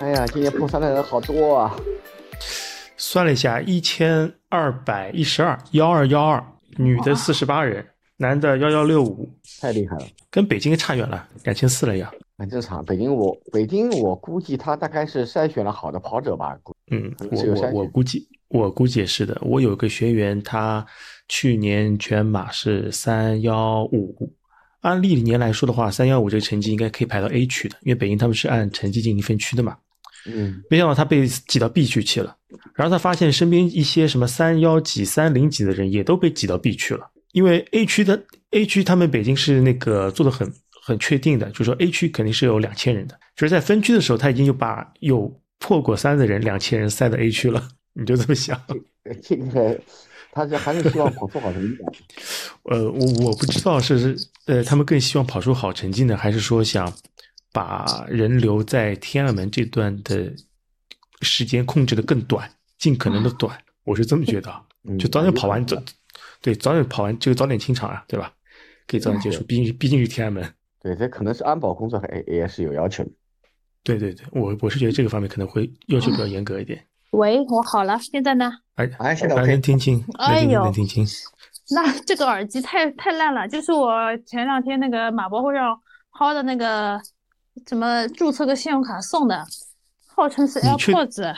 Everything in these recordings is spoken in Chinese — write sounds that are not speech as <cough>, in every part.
哎呀，今年碰酸的人好多啊！算了一下，一千二百一十二，幺二幺二，女的四十八人，男的幺幺六五，太厉害了，跟北京差远了，两千四了呀。很正常。北京我北京我估计他大概是筛选了好的跑者吧，估嗯，可能我是有我筛我选估计我估计也是的。我有个学员，他去年全马是三幺五，按历年来说的话，三幺五这个成绩应该可以排到 A 区的，因为北京他们是按成绩进行分区的嘛。嗯，没想到他被挤到 B 区去了，然后他发现身边一些什么三幺几、三零几的人也都被挤到 B 区了，因为 A 区的 A 区他们北京是那个做的很很确定的，就是说 A 区肯定是有两千人的，就是在分区的时候他已经就把有破过三的人两千人塞到 A 区了， <laughs> 你就这么想？这个他这还是希望跑出好成绩 <laughs> 的。呃，我我不知道是呃他们更希望跑出好成绩呢，还是说想把人流在天安门这段的时间控制的更短，尽可能的短，我是这么觉得啊。嗯就早点跑完，有可早能对早点跑完，就早点清场啊，对吧？可以早点结束，毕竟毕竟是天安门。对，这可能是安保工作还哎也也是有要求的。对对对，我我是觉得这个方面可能会要求比较严格一点。喂，我好了，现在呢？哎，哎，现在大家 OK，能听清，能哎听清，呦能听清。那这个耳机太太烂了，就是我前两天那个马博会上薅的那个什么注册个信用卡送的，号称是你确 AirPods，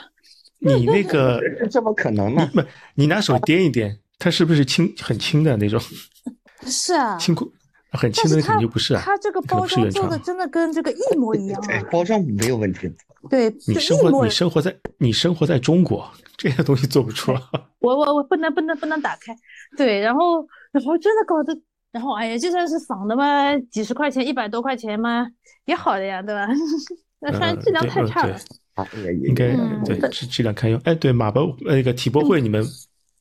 你那个，这怎么可能呢？不，你拿手掂一掂，它是不是轻很轻的那种？是啊，轻功很轻但的是那肯它定就不是啊。它这个那可能包不是装原做创的啊真的跟这个 <laughs> 一模一样啊，哎，包装没有问题，对，你就生一活模你生活在你生活在中国，这些东西做不出来。啊我我我不能不能不能打开，对，然后然后真的搞得，然后哎呀，就算是仿的嘛，几十块钱一百多块钱嘛，也好的呀，对吧？ <laughs> 那虽然嗯质量对太嗯差对了，啊，也应该嗯对质质量堪忧。哎，对马博那个体博会，你们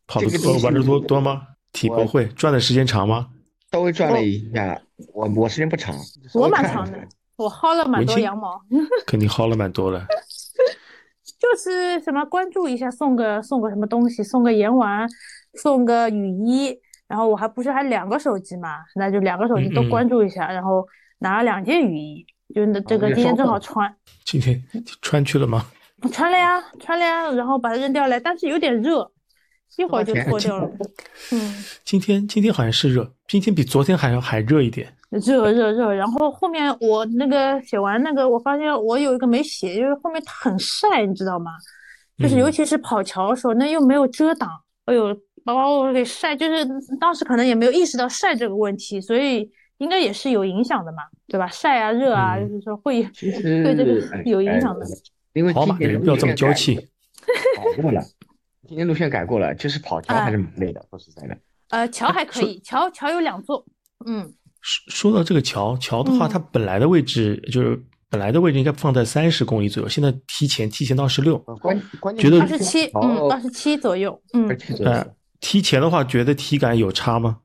跑的这个东多西玩的多多吗？体博会赚的时间长吗？稍微转了一下，我我时间不长，我蛮看长了的，我薅了蛮文多青羊毛，肯定薅了蛮多了。就是什么关注一下，送个送个什么东西，送个盐丸，送个雨衣，然后我还不是还两个手机嘛，那就两个手机都嗯嗯关注一下，然后拿了两件雨衣，就那这哦个也今天收正获好了穿。今天穿去了吗？穿了呀，穿了呀，然后把它扔掉了，但是有点热，一会儿就脱掉了。嗯，今天今天好像是热，今天比昨天还要还热一点。热热热。然后后面我那个写完那个，我发现我有一个没写，就是后面它很晒，你知道吗？就嗯是尤其是跑桥的时候，那又没有遮挡，哎呦，把我给晒，就是当时可能也没有意识到晒这个问题，所以应该也是有影响的嘛，对吧？晒啊，热啊，嗯就是说会其实哎对这个有影响的。因为跑今马的年人路不要这么线娇改气，改过了，今年路线改过了，就是跑桥还是蛮累的，说实在的。呃，桥还可以，桥桥有两座，嗯。说说到这个桥，桥的话，嗯它本来的位置就是本来的位置应该放在三十公里左右，现在提前提前到十六。嗯呃关关键觉得二十七，嗯，二十七左右，嗯而，且呃，提前的话，觉得体感有差吗？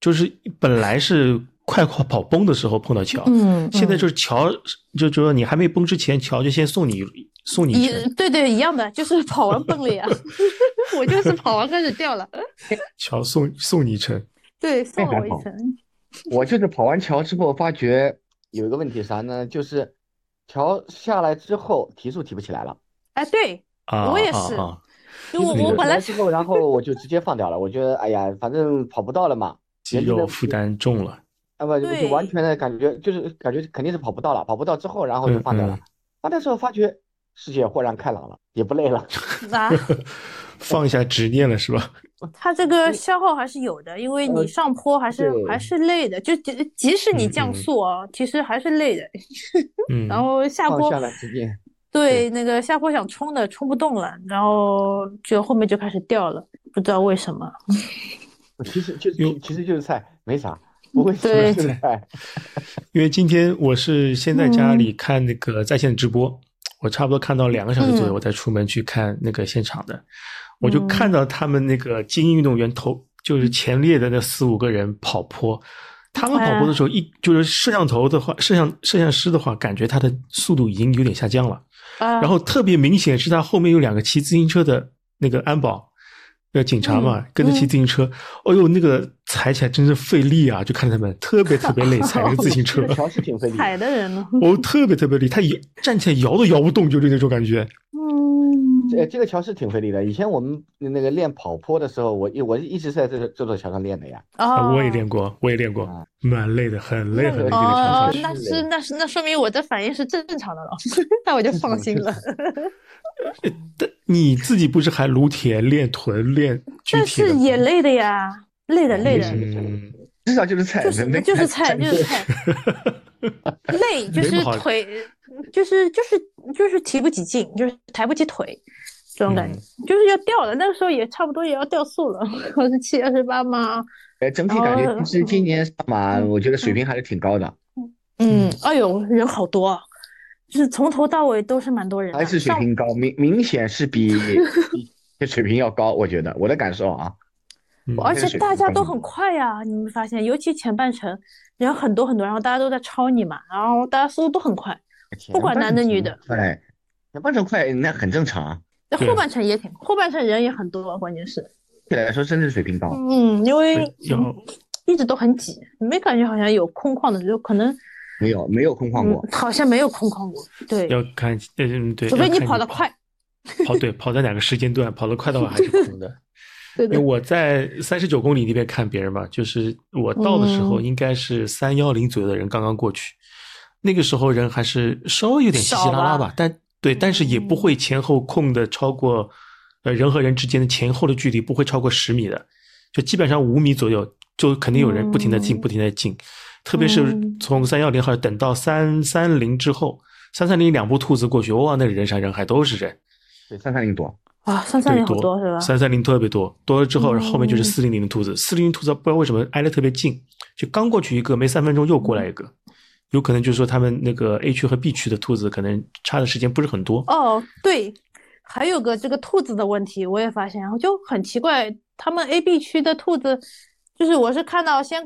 就是本来是快跑跑崩的时候碰到桥，嗯，啊现在嗯就是桥，就就说你还没崩之前，桥就先送你送你一一程，对对一样的，就是跑完崩了 <laughs> 呀，我就是跑完开始掉了，桥送送你一程。对，送还了我一好程，我就是跑完桥之后发觉有一个问题啥呢？就是桥下来之后提速提不起来了，哎，对，啊，我也啊是啊就我那个我本来之后，然后我就直接放掉了，我觉得哎呀，反正跑不到了嘛，肌肉负担重了， <laughs> 啊不就对完全的感觉就是感觉肯定是跑不到了，跑不到之后然后就嗯放掉了啊嗯，放掉之后发觉世界豁然开朗了，也不累了。 <laughs> 啊，放下执念了是吧？它这个消耗还是有的，因为你上坡还是对还是累的，就即即使你呃嗯降嗯速啊，其实还是累的，嗯，然后 <laughs> 下放坡下来直接对那个下坡想冲的冲不动了，然后就后面就开始掉了，不知道为什么，其实就有就其实就是菜，没啥，不会吃对就是菜。因为今天我是先在家里嗯看那个在线直播，我差不多看到两个小时左右，嗯我才出门去看那个现场的，我就嗯看到他们那个精英运动员头就是前列的那四五个人跑坡，他们跑坡的时候一就是摄像头的话，摄像摄像师的话，感觉他的速度已经有点下降了，啊然，后特别明显是他后面有两个骑自行车的那个安保。要警察嘛，跟着骑嗯自行车，哎呦，那个踩起来真是费力啊！就看着他们特别特别累，踩那个自行车 <laughs> 这，个桥是挺费力的，踩的人呢？哦，特别特别累，他摇站起来摇都摇不动，就是那种感觉。嗯，这这个桥是挺费力的。以前我们那个练跑坡的时候，我一我一直是在这个这座桥上练的呀。啊哦，我也练过，我也练过啊，蛮累的，很累很累。这那个桥上哦去，那是是那是那说明我的反应是正常的了， <laughs> 那我就放心了。但你自己不是还撸铁、练臀、练举 <laughs> 但铁的是吗？也累的呀，累的累的，嗯，至少就是踩就是着那个就是菜踩就 <laughs> 是菜，累就没是不好腿，就是就是就是提不起劲，就是抬不起腿，这种嗯感觉就是要掉了。那个时候也差不多也要掉速了，二十七、二十八嘛。呃，整体感觉其实今年上马，哦嗯我觉得水平还是挺高的，嗯，哎呦，人好多啊，就是从头到尾都是蛮多人的。还是水上平高，明明显是 <laughs> 比比水平要高，我觉得我的感受啊。嗯而那个且水大平家高都很很高快呀、你没发现？尤其前半程人很多很多，然后大家都在超你嘛，然后大家速度都很快，哎不管男的女的对，前半程快那很正常啊，那对后半程也挺，后半程人也很多，关键是，对来说真是水平高。嗯，因为哦要嗯一直都很挤，没感觉好像有空旷的时候，可能没有没有空旷过嗯，好像没有空旷过，对，要看，嗯，对，除非要你看跑得快， <laughs> 跑对跑在哪个时间段，跑得快的话还是空的。对因为的，我在三十九公里那边看别人嘛，就是我到的时候嗯应该是三幺零左右的人刚刚过去，那个时候人还是稍微有点稀稀拉拉吧少吧，但对，但是也不嗯会前后空的超过，呃，人和人之间的前后的距离不会超过十米的，就基本上五米左右，就肯定有人不停的进，嗯不停的进，特别是嗯从三幺零号等到三三零之后，三三零两步兔子过去，哇，那人山人海都是人，对，三三零多，啊，三三对，零好多是吧？三三零特别多，多了之后嗯后面就是四零零的兔子，四零零兔子不知道为什么挨得特别近，就刚过去一个，没三分钟又过来一个，有可能就是说他们那个 A 区和 B 区的兔子可能差的时间不是很多。哦，对，还有个这个兔子的问题，我也发现，然后就很奇怪，他们 A、B 区的兔子，就是我是看到先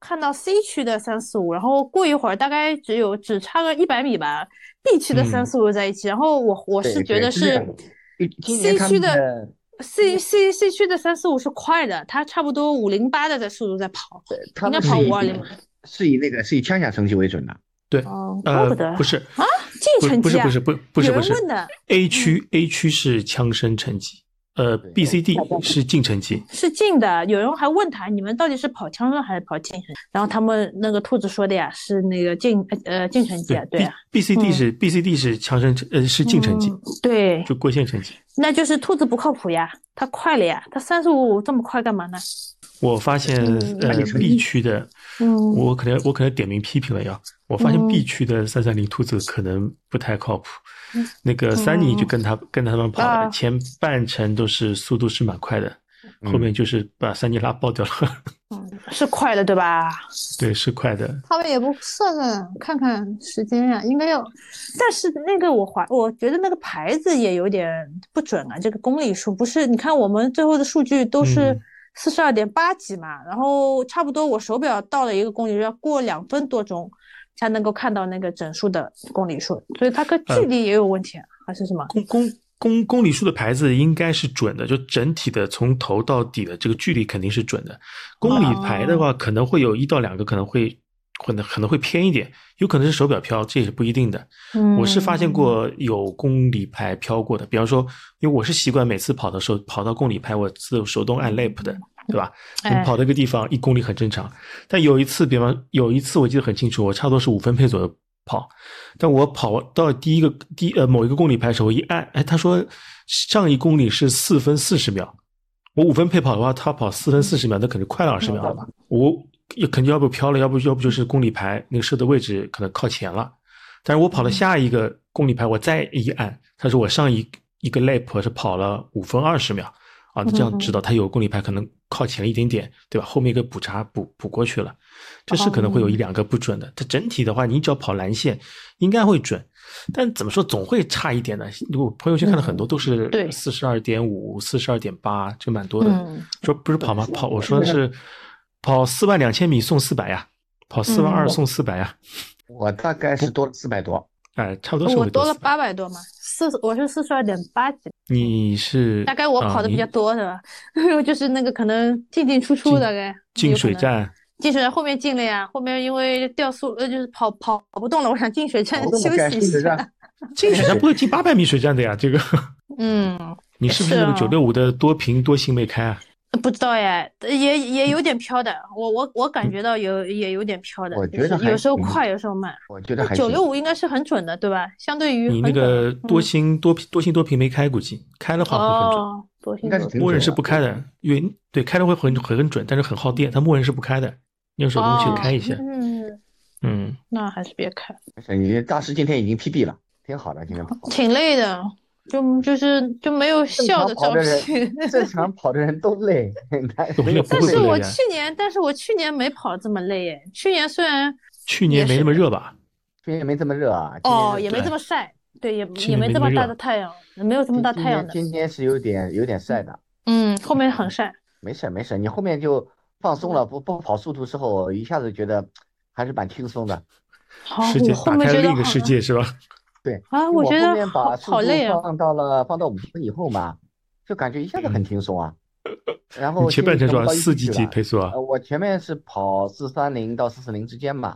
看到 C 区的三四五，然后过一会儿大概只有只差个一百米吧，B 区的嗯三四五在一起，然后我我是对觉得对是这是样的一今年 C 他区们的的 C C C 区的三四五是快的，它差不多五零八的在速度在跑，他应该们跑是以520吧是以那个是以枪下成绩为准的，哦，怪呃不得，不是啊，不进是成不是绩啊，不是不不是有不人是问的 A 区 A 区是枪声成绩，呃对 B C D 是进成绩，是近的，有人还问他你们到底是跑枪声还是跑进城？然后他们那个兔子说的呀，是那个进呃进城级啊，对 B 啊， B C D 嗯是 B C D 是枪声呃是进成绩，嗯对，就过线成绩。那就是兔子不靠谱呀，它快了呀，它三十五这么快干嘛呢？我发现嗯呃那你成 B 区的嗯，我可能我可能点名批评了呀。我发现嗯 B 区的三三零兔子可能不太靠谱嗯，那个三妮嗯就跟他跟他们跑了，啊前半程都是速度是蛮快的，后嗯面就是把三妮拉爆掉了。 <laughs> 是快的对吧？对，是快的，他们也不算算看看时间呀、应该要。但是那个我怀，我觉得那个牌子也有点不准啊。这个公里数不是，你看我们最后的数据都是嗯四十二点八几嘛，然后差不多我手表到了一个公里要过两分多钟才能够看到那个整数的公里数，所以它跟嗯距离也有问题啊，还是什么？公公公公里数的牌子应该是准的，就整体的从头到底的这个距离肯定是准的。公里牌的话，哦可能会有一到两个可能会可能可能会偏一点，有可能是手表飘，这也是不一定的。嗯，我是发现过有公里牌飘过的，比方说，因为我是习惯每次跑的时候跑到公里牌，我是手动按 lap 的，对吧？嗯哎跑到一个地方一公里很正常。但有一次，比方有一次我记得很清楚，我差不多是五分配左右跑，但我跑到第一个第呃某一个公里牌的时候，我一按，哎，他说上一公里是四分四十秒，我五分配跑的话，他跑四分四十秒，那肯定快了二十秒了吧？嗯我也肯定要不飘了，要不要不就是公里牌那个设的位置可能靠前了。但是我跑嗯了下一个公里牌，我再一按，他说我上一一个 lap 是跑了五分二十秒啊，嗯那这样知道他有公里牌可能靠前了一点点，对吧？后面一个补差补补过去了，这是可能会有一两个不准的。它整体的话，你只要跑蓝线，应该会准。但怎么说总会差一点的。我朋友圈看到很多都是嗯对四十二点五、四十二点八，这蛮多的。嗯，说不是跑吗？跑，我说的是跑四万两千米送四百呀，跑四万二嗯送四百呀，我大概是多了四百多， <laughs> 哎，差不多是我会多了400八百多嘛，四，我是四十二点八几，嗯你是啊大概我跑的比较多的吧， <laughs> 就是那个可能进进出出进大概进有水可能站， <laughs> 进水站后面进了呀，后面因为掉速呃就是跑跑跑不动了，我想进水站跑不动 <laughs> 休了该息一进水下。站进水站不会进八百米水站的呀。 <laughs> 这个嗯，你是不是那个是九啊六五的多屏多星没开啊？不知道呀，也也有点飘的，我我我感觉到有也有点飘的，我就觉得是还有时候行快，有时候慢。我觉得还九六行。五应该是很准的，对吧？相对于你那很准个多嗯星多多星多屏没开，估计开的话会很准。哦，多应星该是座挺默认是准的不开的，因为对开的会很很很准，但是很耗电，它默认是不开的，你用手动哦去开一下。嗯，嗯，那还是别开，没事你大师今天已经 PB 了，挺好的，今 <laughs> 天跑。挺累的，就就是就没有笑的跑照的人片。正常跑的人都累， <laughs> 但我觉得不但会是累我的去年，但是我去年没跑这么累耶。去年虽然去年也没是那么热吧？今天没这么热啊。今哦天也没这么晒，对，也去也年没没这么那么大热的太阳，没有这么大今太阳天的。今天是有点有点晒的，嗯，后面很晒。没事没事，你后面就放松了，不不跑速度之后，一下子觉得还是蛮轻松啊的。好，世界哦我后打面开觉得另一个好世界是吧？啊，我我觉后得面好把速好度累啊。放到了放到五分以后嘛，就感觉一下子很轻松 <laughs> 啊。然后嗯你前心半率程调是吧？不到一四起 G 去几了配速啊呃，？我前面是跑四三零到四四零之间嘛，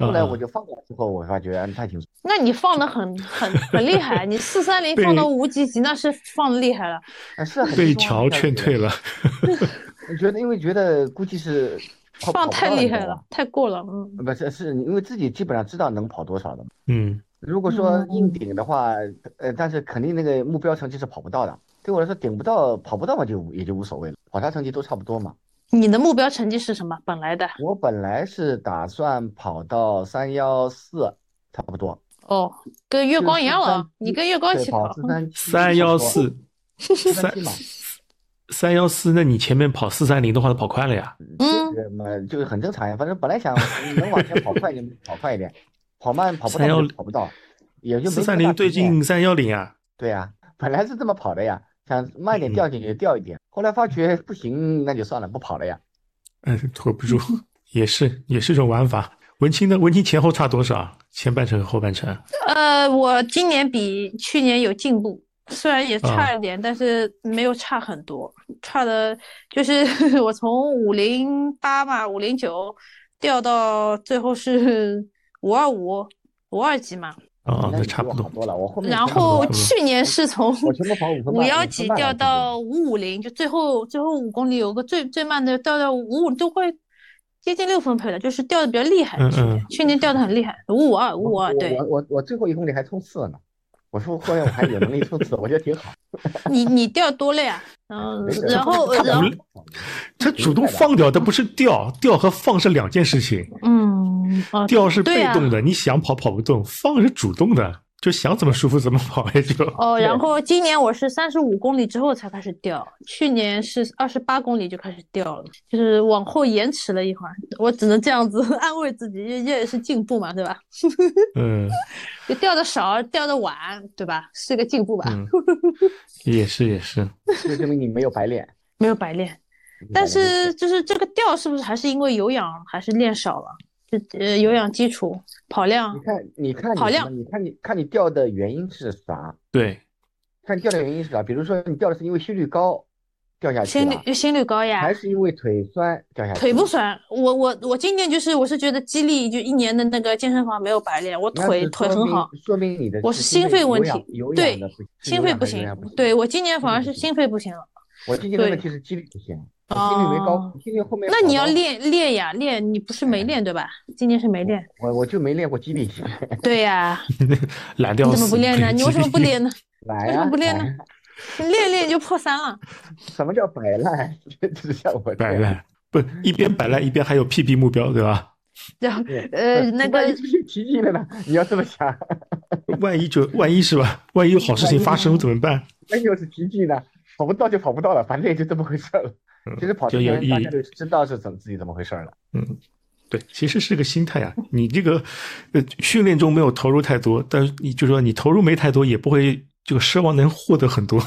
后来我就放过来之后，我发觉嗯太轻松。那你放的很很很厉害，你四三零被放到无极级那是放的厉害了。呃是很被轻松啊乔劝退。了，我觉得，因为觉得估计是跑放跑不太到厉那害种了，太过了，嗯，呃不是，是因为自己基本上知道能跑多少的嘛。嗯，如果说硬嗯顶的话，呃，但是肯定那个目标成绩是跑不到的。对我来说，顶不到，跑不到嘛，就无也就无所谓了，跑啥成绩都差不多嘛。你的目标成绩是什么？本来的我本来是打算跑到三幺四，差不多。哦，跟月就光一是样了， 3你跟月光一对起跑跑，嗯四 <laughs> 三三幺四，三三七嘛，三幺四，那你前面跑四三零的话，跑快了呀？嗯，这个嘛就是很正常呀。反正本来想能往前跑 <laughs> 快一点，跑快一点，跑慢跑不到310就跑不到，也就没四多大三零对体验进三幺零啊？对呀、本来是这么跑的呀，想慢点嗯掉进去掉一点，后来发觉不行，那就算了，不跑了呀。嗯，拖不住， <laughs> 也是也是一种玩法。文青的文青前后差多少啊？前半程和后半程？呃，我今年比去年有进步，虽然啊也差一点，但是没有差很多，差的就是 <laughs> 我从五零八嘛，五零九掉到最后是五二五五二级嘛，啊，那那你差比我不好多。多了，我后面然嗯差不多后了去年是从我全部跑五分五半，幺分几半掉了到五五零，就最后最后五公里有个最最慢的掉到五五都会接近六分配了，就是掉的比较厉害。嗯去年嗯去年掉的很厉害，五五二我五五二。对我我我最后一公里还冲刺了呢，我说后面我还有能力冲刺，我觉得挺好。你你掉多了呀，嗯，没事然后他然后不他主动放掉，他不是掉，掉和放是两件事情。嗯啊，掉是对被呀动的，你想跑跑不动；放是主动的，就想怎么舒服怎么跑 <laughs> 也就。哦，然对后今年我是三十五公里之后才开始掉，去年是二十八公里就开始掉了，就是往后延迟了一会儿，我只能这样子 <laughs> 安慰自己，这这也是进步嘛，对吧？嗯就掉的少，掉的晚，对吧？是个进步吧，嗯，也是也是，就证明你没有白练。没有白练。但是就是这个掉是不是还是因为有氧还是练少了？就呃有氧基础跑量你看，你看你跑什量么你看你看你掉的原因是啥？对，看掉的原因是啥？比如说你掉的是因为心率高掉下去心了，率心率高呀还，是因为腿酸掉下去？腿不。酸。我我我今年就是我是觉得肌力就一年的那个健身房没有白练，我那腿是腿说很明好，说明你的我是是心心肺肺问有氧题有对氧的不行，是心有肺氧还不是有行氧不行。对我今年反而心肺不行是心肺不行了。我最近的问对题是肌力不行，我心率没高哦，心率后面那跑你要高，练练呀，练你不是没练对吧？今年是 <laughs> 没练。我我就没练过肌力，对呀，懒你掉怎么不练呢？你为什么不？练呢？来为什呀么不练呢来呀你练练就破三了。什么叫摆烂？ <laughs> 就是像我这 <laughs> 摆样，烂不一边摆烂一边还有 PB 目标，对吧？<laughs> 然后对呃那那个万一出现奇迹了呢？你要这么想， <laughs> 万一就万一是吧？万一有好事情发生怎么办？那又哎是奇迹呢？跑不到就跑不到了，反正也就这么回事儿了。其实跑嗯就之有前大意义家就知道是怎么自己怎么回事儿了。嗯，对，其实是个心态啊。你这个呃训练中没有投入太多，但是你就说你投入没太多，也不会就奢望能获得很多，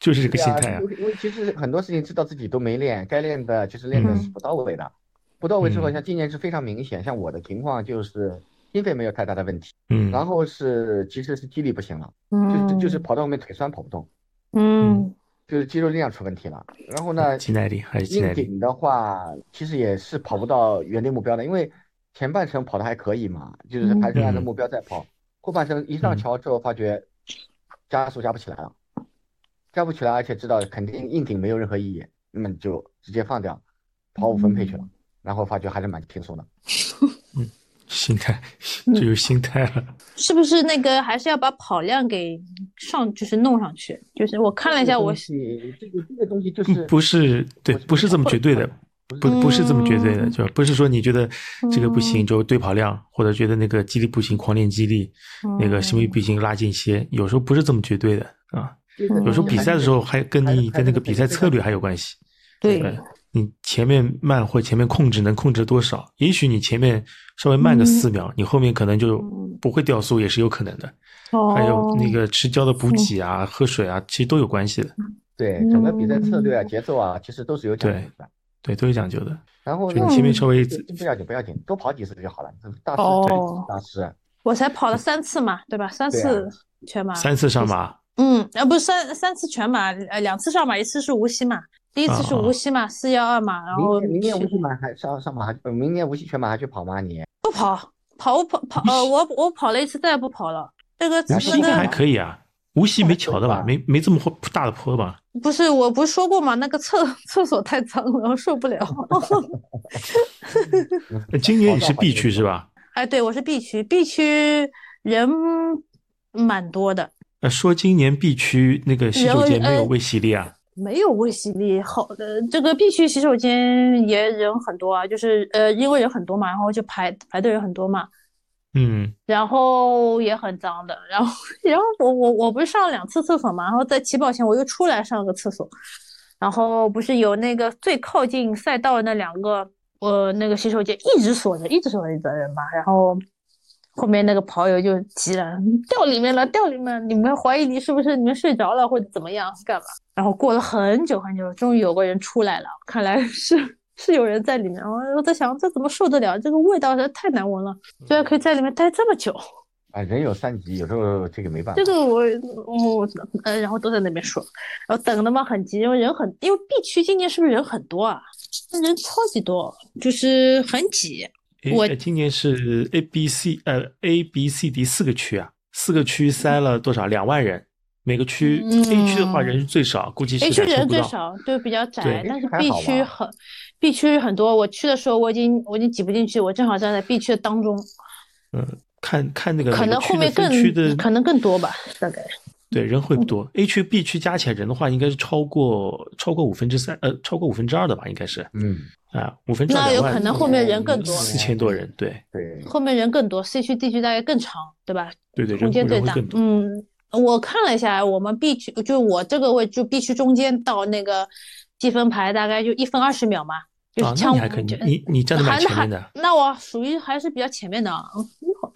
就是这个对心啊，态啊因。为因为其实很多事情知道自己都没练，该练的就是练的是嗯不到位的，不到位之后，嗯像今年是非常明显，像我的情况就是心肺没有太大的问题，嗯，然后是其实是肌力不行了，就是嗯，就是跑到后面腿酸跑不动，嗯就是肌肉力量出问题了。然后呢，肌耐力还是肌耐硬力，顶的话，其实也是跑不到原定目标的，因为前半程跑的还可以嘛，就是还是按照嗯目标在跑。后半程一上嗯桥之后，发觉加速加不起来了，加不起来，而且知道肯定硬顶没有任何意义，那么就直接放掉，跑五分配嗯去了。然后发觉还是蛮轻松的。心态，嗯这 <laughs> 就是心态了。是不是那个还是要把跑量给上，就是弄上去？就是我看了一这下，个我东西，这个这个东西就嗯是不是，对，不是这么绝对的，不不是这么绝对的，嗯就不是说你觉得这个不行嗯就对跑量，或者觉得那个肌力不行狂练肌力，嗯那个心肺不行拉近一些，有时候不是这么绝对的啊。有有时候比赛的时候还跟还是你还的是那个跟比赛这个策略还有关系。对对，你前面慢或前面控制能控制多少？也许你前面稍微慢个嗯四秒，你后面可能就嗯不会掉速，也是有可能的。哦还有那个吃胶的补给啊、喝水啊，其实都有关系的。对整个比赛策嗯略啊、节奏啊，其实都是有讲究的。对，都有讲究的。然后就呢你前面稍微这不要紧，不要紧，多跑几次就好了。大师，哦大师，我才跑了三次嘛，对吧？三嗯对啊次全马，三次上马，嗯，呃，不是三三次全马，呃，两次上马，一次是无锡马，第一次是啊啊无锡马四幺二马，然后明年明年去无锡马还上上马还，呃明年无锡全马还去跑吗？你不跑跑跑跑，呃，我我跑了一次，再也不跑了。这个无啊锡是应该吗还那可以啊。无锡没桥的吧？啊没没这么坡大的坡吧？个不是，我不是说过嘛，那个厕厕所太脏了，我受不 <laughs> 了。呃 <laughs> 今年跑也道是好 B 像区是吧？哎，对，我是 B 区，B 区人蛮多的，呃，说今年 B 区那个洗然手后间没有呃卫洗力啊？没有卫洗力好的，这个 B 区洗手间也人很多啊，就是呃，因为人很多嘛，然后就排排队人很多嘛，嗯，然后也很脏的，然后 <laughs> 然后我我我不是上了两次厕所嘛，然后在起跑前我又出来上了个厕所，然后不是有那个最靠近赛道的那两个呃那个洗手间一直锁着，一直锁着的人嘛，然后后面那个跑友就急了，掉里面了，掉里面了，你们怀疑你是不是你们睡着了或者怎么样干嘛？然后过了很久很久，终于有个人出来了，看来是。是有人在里面，我我在想这怎么受得了？这个味道实在太难闻了，居然可以在里面待这么久。啊，人有三急，有时候这个没办法这。个我嗯我呃，然后都在那边说，然后等的嘛很急，因为人很，因为 B 区今年是不是人很多啊？人超级多，就是很挤。诶我呃今年是 A、B、C 呃 A、B、C、D 四个区啊，四个区塞了多少？两万人，每个区 A 区的话嗯人最少，估计是 A 区感受人不最到。少，就比较窄对，哎但是还 B 好区吧很，B 区很多。我去的时候我已经我已经挤不进去，我正好站在 B 区的当中，嗯，看看那个可每个能区后的面分区的更可能更嗯多吧，大概。对人会不多。A 区、B 区加起来人的话，应该是超过超过五分之三，呃，超过五分之二的吧，应该是嗯，啊，五分之那二有两可万能后面人更多，四千多人，对对，后面人更多，C 区 D 区大概更长，对吧？对对，人空会间最人会大更。多。嗯，我看了一下，我们 B 区就我这个位置就 B 区中间到那个积分牌大概就一分二十秒嘛，就啊是，那枪你还可以，就你你站的蛮还前面还的，那我属于还是比较前面的啊。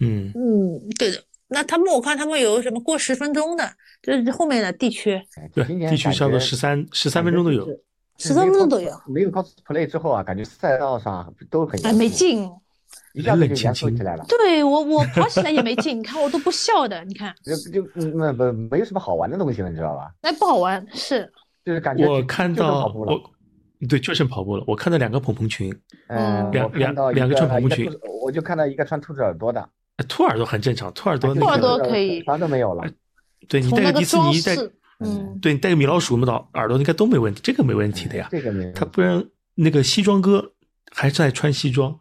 嗯，嗯，对的。那他们我看他们有什么过十分钟的，就是后面的地区对，哎今年地区感差不多觉十三十三感分觉钟都就有。是十三分钟都有，没有 cosplay 之后啊，感觉赛道上都很哎，严没肃，劲。一下子冷就清严肃起清来了。对我我跑起来也没劲，你看我都不笑的，你看就就没没没有什么好玩的东西了，你知道吧？那不好玩是，就是感觉我就看就剩到跑步了我，对，就剩跑步了。我看到两个蓬蓬裙，哦嗯，两我看两到一两个个穿跑一步个裙兔子我就看到一个穿兔子耳朵的，呃兔耳朵很正常，兔耳朵就那哎兔耳是朵个，哎可以啥都没有了。对你从带那个个迪士装尼，带饰，嗯，对你带个米老鼠什么的耳朵应该都没问题，这个没问题的呀。这个没有他不然那个西装哥还在穿西装，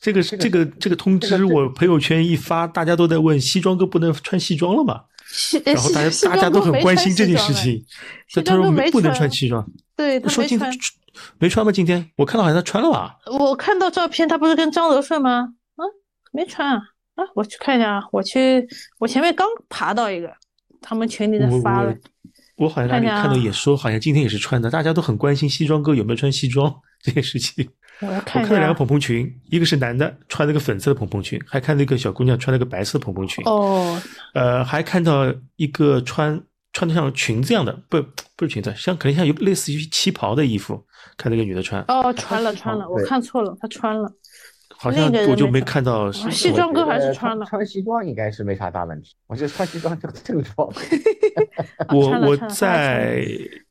这个是这这个这个通这个知这我朋友圈一发，大家都在问西装哥不能穿西装了吗？西然后大哎西家大家装都哥很没关穿心这西件装事哎情，西他装说哥没不能穿穿西装，对他说没今天穿，没穿吗？今天我看到好像他穿了吧？我看到照片，他不是跟张德顺吗？啊，没穿啊！啊，我去看一下啊，我去，我前面刚爬到一个，他们群里在我发了我，我好像哪里看见啊看到也说，好像今天也是穿的，大家都很关心西装哥有没有穿西装这件事情。我要我看一看到两下个啊。蓬蓬裙，一个是男的穿了个粉色的蓬蓬裙，还看到一个小姑娘穿了个白色的蓬蓬裙，哦，呃，还看到一个穿穿的像裙子一样的，不不是裙子，像可能像有类似于旗袍的衣服，看那个女的穿，哦，穿了穿了，我对看错了，他穿了。好像那个我就没没看看到是西我装哥我觉还是得穿了穿西装应该是没啥大问题，我觉得穿西装就 <laughs> 正装。啊我穿了我穿了后来在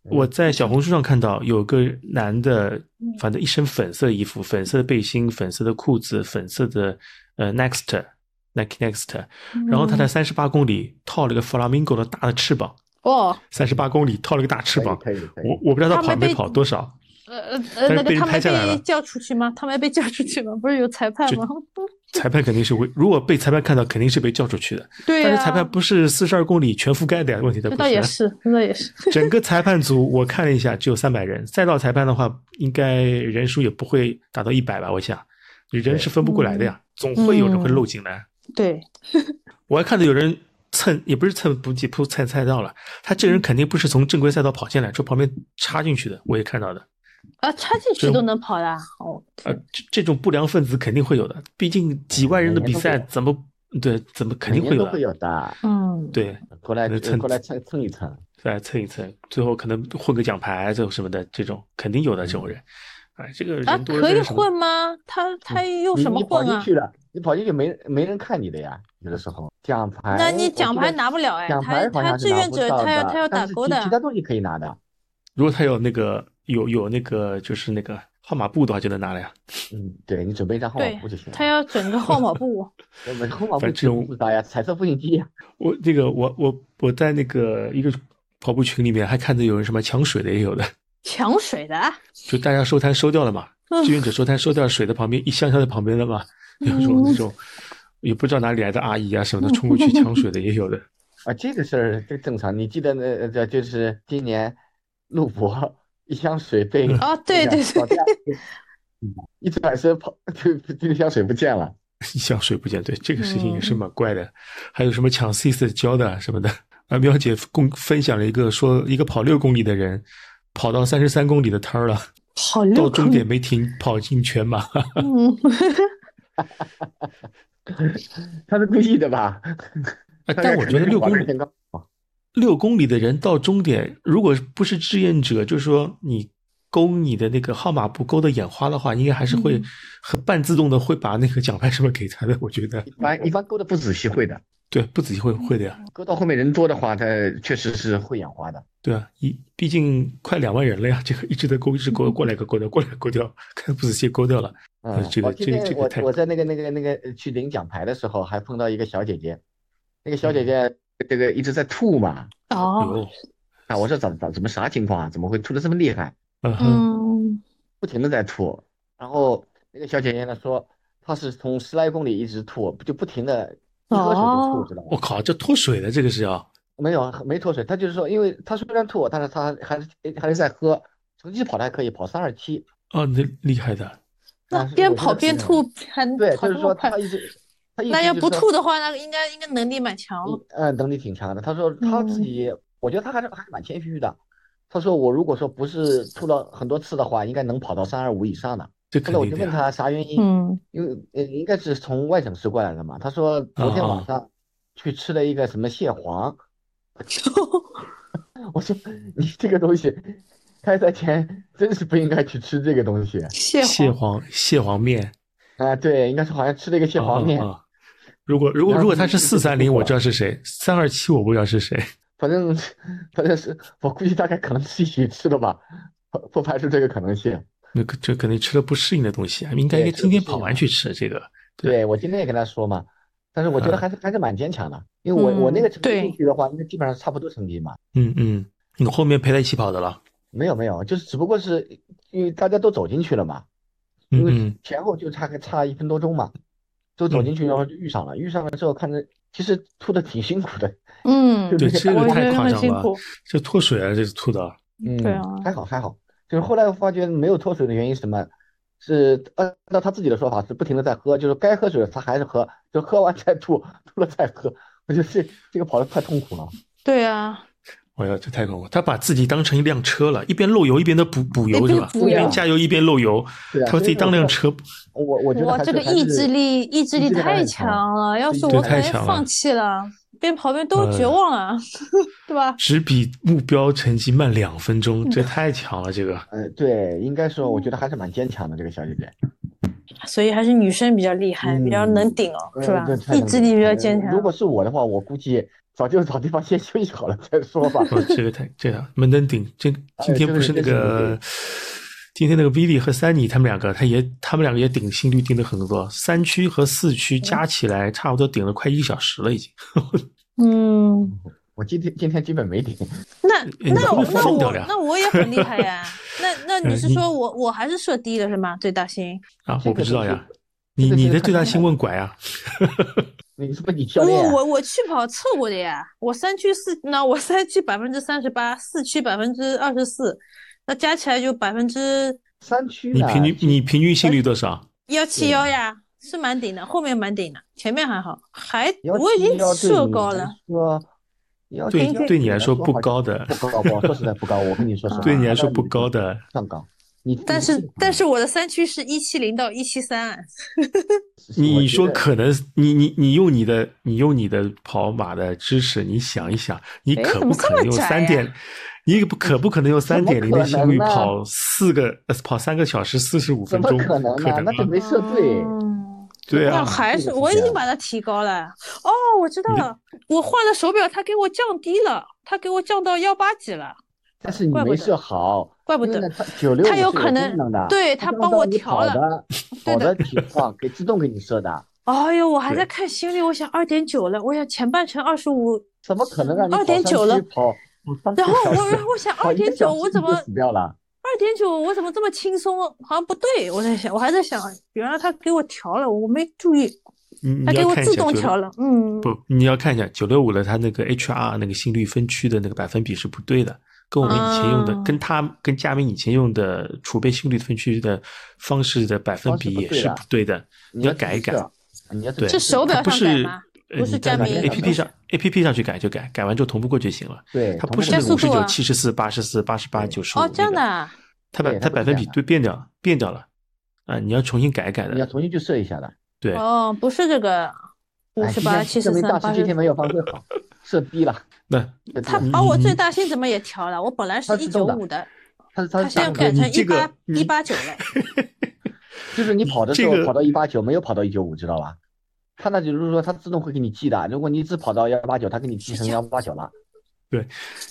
我在小红书上看到有个男的嗯，反正一身粉色衣服、粉色的背心、粉色的裤子、粉色的呃 Next Nike Next，穿了然后他在嗯三十八公里套了个 Flamingo 的大的翅膀，哦，三十八公里套了个大翅可以膀，可以可以我我不知道他他跑没没被跑多少， <laughs> 呃呃但呃，是那被个人他拍们下来被了叫出去吗？他们被叫出去吗？不是有裁判就 <laughs> 吗？ <laughs> 裁判肯定是会，如果被裁判看到肯定是被叫出去的，对但是呀，裁判不是四十二公里全覆盖的呀，问题的这不倒也啊是，这倒也是。整个裁判组我看了一下，只有三百人。赛道裁判的话，应该人数也不会达到一百吧？我想，人是分不过来的呀，总会有人会漏进来。对，我还看到有人蹭，也不是蹭补给铺蹭赛道了，他这个人肯定不是从正规赛道跑进来，从旁边插进去的，我也看到的。啊，插进去这都能跑的啊，哦，呃，这这种不良分子肯定会有的，毕竟几万人的比赛，每年怎么对怎么肯定每会年都有的会，有的，嗯，对，过来可能蹭过来蹭蹭一蹭。再蹭一蹭，最后可能混个奖牌，最后什么的，这种肯定有的这种人。哎，这个啊，人多了可真以是什么混吗？他他用嗯你什么你跑混进啊？去了，你跑进去没人没人看你的呀，有的时候奖牌，那你哎我奖记牌得拿不了哎，奖他牌好像他是志拿愿不者到他要的他要但打是勾其的其，他东西可以拿的，如果他有那个有有那个就是那个号码布的话，就能拿了呀。嗯，对你准备一张号码对布就行了。他要整 <laughs> 个号码布。我们号码布反其实正不复杂呀，彩色复印机呀，我那个我我我在那个一个跑步群里面还看到有人什么抢水的也有的，抢水的啊， <laughs> 就大家收摊收掉了嘛，嗯志愿者收摊收掉水的旁边一箱箱在旁边的嘛，有种那种也不知道哪里来的阿姨啊什么的冲过去抢水的也有 <laughs> 的。啊，这个事儿这正常。你记得那呃这就是今年陆博一箱水被嗯哦，对对对，对， <laughs> 一转身跑，就这个香水不见了。一箱水不见，对这个事情也是嗯蛮怪的。还有什么抢 CIS 胶的啊什么的。啊，喵姐共分享了一个说，一个跑六公里的人跑到三十三公里的摊儿了，好溜到口终点没停，跑进全马。嗯，他是故意的吧？哎但我觉得六公里里六公里的人到终点，如果不是志愿者，就是说你勾你的那个号码不勾的眼花的话，应该还是会嗯很半自动的会把那个奖牌什么给他的。我觉得一般一般勾的不仔细会的，对，不仔细会会的呀。勾到后面人多的话，他确实是会眼花的。嗯对啊，一毕竟快两万人了呀，这个一直在勾，一直勾，过来一个勾掉，过来一个勾掉，看不仔细勾掉了。嗯，哎这个我今这个天这个我太我在那个那个那个呃去领奖牌的时候，还碰到一个小姐姐，那个小嗯姐姐这个一直在吐嘛。哦，哟，啊，我说怎怎怎么啥情况啊？怎么会吐的这么厉害？嗯 <laughs> 哼，嗯，不停的在吐。然后那个小姐姐呢说，她是从十来公里一直吐，就不停的一喝水就吐，哦知道吗我？靠，这脱水的这个是啊要没有，没脱水。他就是说，因为他虽然吐，但是他还是还是在喝。成绩跑的还可以，跑三二七。哦，那厉害的，那但是边我觉跑得边挺吐，还对，跑就是那么说快他，一直， <laughs> 他一那直要就不是吐的话，那应该应该能力蛮强说，嗯，能力挺强的。他说他自嗯己，我觉得他还是还是蛮谦虚的。他说我如果说不是吐了很多次的话，应该能跑到三二五以上的。这后肯来我定就的问呀。他啥原因， <laughs> 嗯，因为呃应该是从外省市过来的嘛，他哦说昨天晚上去吃了一个什么蟹黄，我说你 <laughs> 这个东西开赛前真是不应该去吃这个东西蟹蟹黄，黄蟹黄面，啊，对，应该是好像吃了一个蟹黄面啊，啊啊如果如果然后如果他就是是就四是三零，不我管知道是谁；三二七，我不知道是谁。 <laughs> 反正反正是我估计大概可能是一起吃的吧，不不排除这个可能性。那个这肯定吃了不适应的东西啊，应该对应该吃了不今天适跑应完的去吃这个。对对，我今天也跟他说嘛，但是我觉得嗯还是还是蛮坚强的，因为我我那个嗯成绩对进去的话，那基本上差不多成绩嘛。嗯嗯，你后面陪他一起跑的了。没有没有，就是只不过是因为大家都走进去了嘛，因为嗯前后就差个差一分多钟嘛，都走进去，然后就遇上了，遇上了之后看着其实吐的挺辛苦的，嗯就，对是这个我觉太得夸很张辛了苦，这脱水啊，这是吐的。嗯，对啊还好还好，就是后来我发觉没有脱水的原因是什么？是按照他自己的说法是不停的在喝，就是该喝水他还是喝，就喝完再吐，吐了再喝，我觉得这这个跑得太痛苦了。对啊，我要哎这太恐怖，他把自己当成一辆车了，一边漏油一边的补补油一是边吧？补一边油加油一边漏油，对啊，他把自己当辆车。所以我，我我觉得哇，还这是个还意是志力意志意力志力还太是强强了，要是对我太可能强了放弃了，嗯边跑边都哎绝望了，对吧？只比目标成绩慢两分嗯钟，这太强了！这个哎嗯呃，对，应该说我觉得还是蛮坚强的这个小姐姐。所以还是女生比较厉害，比较能顶哦，是吧呃这？太意能志理力比解较了坚强。如果是我的话，我估计早就找地方先休息好了再说 <laughs> 吧。哦，这个太这样门登顶。这哎今天不是那个，今天那个 Billy 和 Sunny 他们两个，他也他们两个也顶心率顶的很多，三区和四区嗯加起来差不多顶了快一个小时了已经。嗯，我今天今天基本没顶，那你那会我不会那疯掉我呀那我也很厉害呀。那那你嗯是你说我我还是设低了是吗？最大心？啊，这我个不知就道是呀，你这个你就是的看最大天新分问拐啊，你是不是你教不，练啊？我我去跑测过的呀，我三区四，那我三区百分之三十八，四区百分之二十四，那加起来就百分之山区你呢？平均你平均心率多少？幺七幺呀，是蛮顶的，后面蛮顶的，前面还好，还幺我已七经幺对设你高来了。说，幺对七幺对你来说好不像高的不高，我说实在不高。我跟你说实 <laughs> 话，对你来说那不高的，上高。你但是但是是我的三区是一七零到一七三，啊你说可能你你你用你的你用你的跑马的知识，你想一想，你哎可怎不么这可能么用窄三呀点，你不可不可能用三点零的心率可能呢跑四个呃跑三个小时四十五怎分么钟？可能可呢、那就啊，没射对。嗯对那啊，还这是个是我已这经样把它提高了。哦，我知道你的了，我换了手表，它给我降低了，它给我降到幺八几了，但是你怪不没得射好，怪不因为得呢，它九六它有可能的，对它它按帮照我你调跑了的 <laughs> 对跑的情况给自动给你射的，哎呦，我还对在看心率，我想二点九了，我想前半程二十五，怎么可能让你跑2.9山了区跑？跑然后三个 <laughs> 小我时然后我 <laughs> 想跑二一个点小九，时我怎你么就死掉了？二点九我怎么这么轻松？好像不对，我在想，我还在想，原来他给我调了，我没注意，你你他给要我看一自下动九调了，嗯，不，你要看一下九六五的它那个 HR 那个心率分区的那个百分比是不对的，跟我们以前用的，啊跟他跟佳明以前用的储备心率分区的方式的百分方式比不也对是的不对的，你要自己改一改射。你要自己对是射手表它 <laughs> 不上改是吗？呃不你在是佳那个明 APP 上 APP 上去改就改，改完就同步过就行了。对，它同不步是那射个加五速十度九、啊七十四、八十四、八十八、九十五哦，这样的，啊，它百对它它百不是这分比样的都变掉了，变掉了啊！你要重新改一改你要的，重新去射一下的。对，哦，不是这个五哎十今八、天七十证明三、大八师今十天，没有发挥好，射低了。那射低他了嗯把我最嗯大心怎么也调了？我本来是它一自九动的五的，他他他是现在打改你成这一个嗯八你一八 <laughs> 九了。就是你跑的时这候个跑到一八九，没有跑到一九五，知道吧？它那就是说它自动会给你记的，如果你只跑到幺八九，它给你记成幺八九了。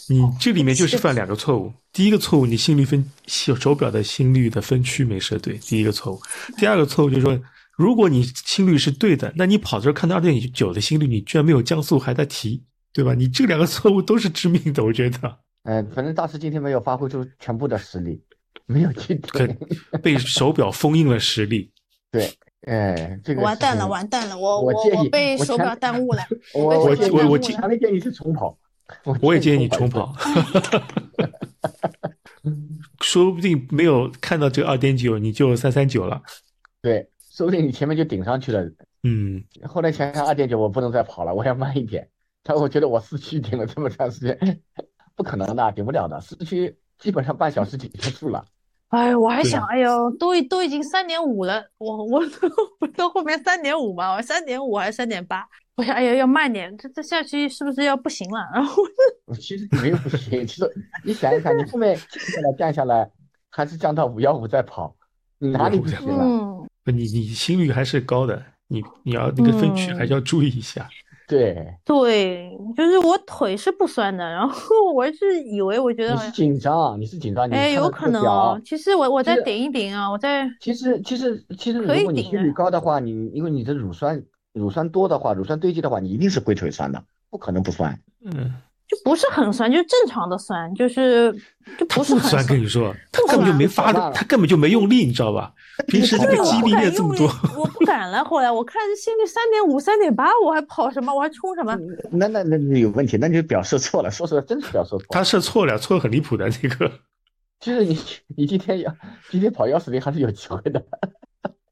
你这里面就是是犯两个错误。第一个错误，你心率分手手表的心率的分区没设对，第一个错误。第二个错误就是说，如果你心率是对的，那你跑的时候看到二点九的心率，你居然没有降速还在提，对吧？你这两个错误都是致命的，我觉得。 <laughs> 哎，反正大师今天没有发挥出全部的实力，没有去可对。被手表封印了实力。哎，这个完蛋事了，情完蛋了，我我建我议被我手前表耽误了。我被我手表建议耽我误建了。强烈建议是重跑。 <laughs> 我也建建议重跑， <laughs> 说不定没有看到这二点九，你就三三九了。对，说不定你前面就顶上去了。嗯，后来想想二点九，我不能再跑了，我要慢一点。但我觉得我四驱顶了这么长时间，不可能的，顶不了的。四驱基本上半小时顶结束了。哎，我还对啊想，哎呦，都已都已经三点五了，我我我到后面三点五嘛，我三点五还是三点八？我想，哎呀，要慢点，这这下去是不是要不行了？然后其实没有不行，其实你想一想，你后面降下来降下来，还是降到五幺五再跑，你哪里不行了？嗯，不你你心率还是高的，你你要那个分区嗯还是要注意一下。对，对，就是我腿是不酸的，然后我是以为我觉得你好是像，紧张，你是紧张，你哎，看有到可这个能表哦，其实我我其再实顶一顶啊，我再其实其实其实，可以如果你顶啊心的率高的话，你因为你的乳酸乳酸多的话，乳酸堆积的话，你一定是会腿酸的，不可能不酸。嗯，就不是很酸，就正常的酸，就是就他不是不很酸，跟酸。你说，他不根本就酸没发好吧，他根本就没用力，你知道吧？平时这对，个我肌不力敢练这用么力，多，我不敢了。后来我看心率三点五、三点八，我还跑什么？我还冲什么？那那那那有问题，那就表示错了，说实话真是表示错他了。射错了，错得很离谱的那个，其实你你今天要今天跑幺四零还是有机会 <laughs> 的。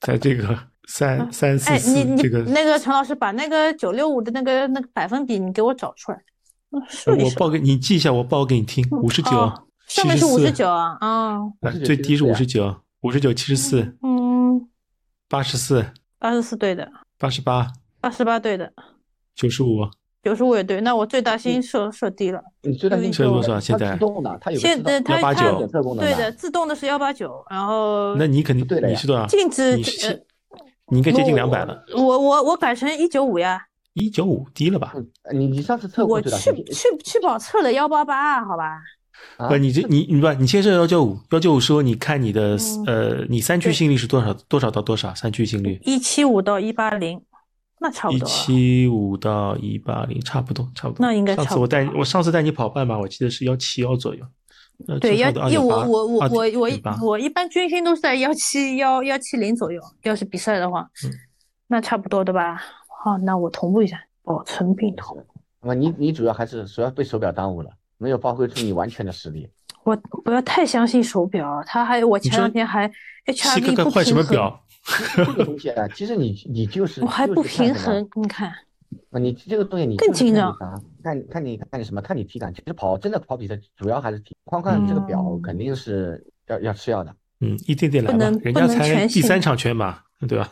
在这个三三四哎，四你你这个，那个陈老师把那个九六五的那个那个百分比你给我找出来，我数一呃我数。报给你记一下，我报给你听，五十九哦，上面是五十九啊，啊， 59最低是五74十九，五十九啊七十四，嗯，八十四，二十四对的，八十八，二十八对的，九十五。九十五也对。那我最大心设设低了，你最担心这多少它现在自动的，它有个现自在动它189它检测功能对的，自动的是幺八九，然后那你肯定不对了呀你是多少？静止你是呃你应该接近我两百了，我我我改成一九五呀，一九五低了吧？嗯你你上次测我过去了去是不是去去保测了幺八八，好吧？啊不，你这你你不，你先是幺九五，幺九五说你看你的嗯呃，你三区对心率是多少多少到多少？三区心率一七五到一八零，那差不一多了。七五到一八零，差不多差不多。那应该上差次我不带你，我上次带你跑半马，我记得是幺七幺左右，呃，对，就幺差不多一2.8我我我我我一2.8我一般军训都是在幺七幺幺七零左右，要是比赛的话，嗯那差不多的吧？好，那我同步一下，保存并同。啊，你你主要还是主要被手表耽误了，没有发挥出你完全的实力。我不要太相信手表，它还我前说两天还西 HRV 哥该不换什平么衡，表？这个东西啊，其实你你就是我还就不是看平什么衡，你看啊，你这个东西你更就是紧看张你啥，看你看你看你什么，看你体感。其实跑真的跑比赛主要还是体框框这个表嗯肯定是要要吃药的。嗯，一点点来不吧能，人不家能才全第信三场全马，对吧？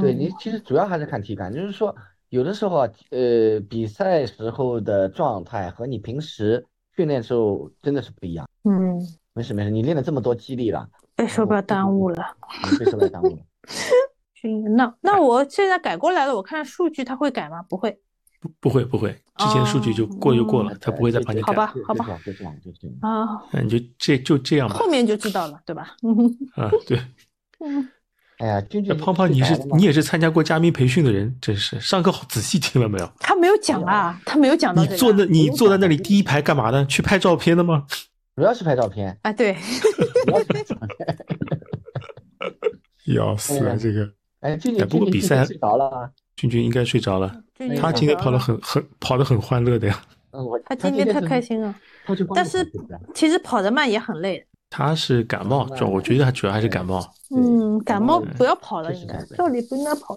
对嗯，你其实主要还是看体感，就是说有的时候啊，呃，比赛时候的状态和你平时训练时候真的是不一样。嗯，没事没事，你练了这么多肌力了，被手表耽误了。你被手表耽误了。嗯那那我现在改过来了，我看数据它会改吗？不会。不不会不会，之前数据就哦过就过了，嗯他不会再帮对你改好了。吧就好吧就这样就这样就这样。啊，那你嗯就这就这样吧后，面就知道了，对吧？ <laughs> 嗯哼啊，对。嗯，哎呀，君那君胖胖，最你早是的嘛你也是参加过嘉宾培训的人，真是上课好仔细听了没有？他没有讲啊，他没有讲到哎你这坐个那啊。你坐在那里第一排干嘛呢？去拍照片的吗？主要是拍照片，啊，对，主要是拍照片。要死了这个哎，俊 <laughs> 哎俊不过俊比俊赛睡着了啊。君君应该睡着了，就哎你呀他讲今天到跑得了很很跑得很欢乐的呀。嗯，我他今天太开心了，他去逛但了是会儿的其实跑得慢也很累。他是感冒，主要我觉得他主要还是感冒，对嗯，感冒不要跑了，确实应该感冒照理不应该跑，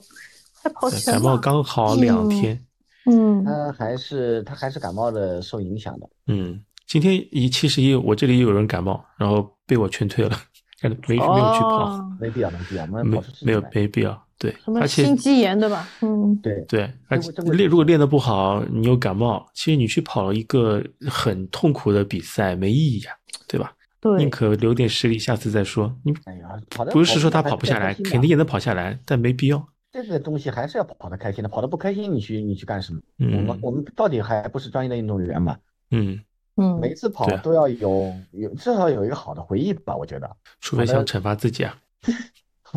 还跑对什感冒么？刚好两嗯天。嗯，他还是他还是感冒的受影响的。嗯，今天也其实也有我这里也有人感冒，然后被我劝退了， <laughs> 但是没没有去跑，哦，没必要，没必要，我们没跑出事没有情来没必要。对什，么而且心肌炎对吧？嗯，对，对，而且这个练如果练得不好，你又感冒，其实你去跑一个很痛苦的比赛没意义呀、对吧？宁对，可留点实力，下次再说。你哎呀，跑的不是说他跑不下来，肯定也也能跑下来，但没必要。这个东西还是要跑得开心的，跑得不开心你去你去干什么？我嗯们我们到底还不是专业的运动员嘛？嗯，嗯，每次跑对啊都要有有至少有一个好的回忆吧，我觉得 <laughs> 除非想惩罚自己啊，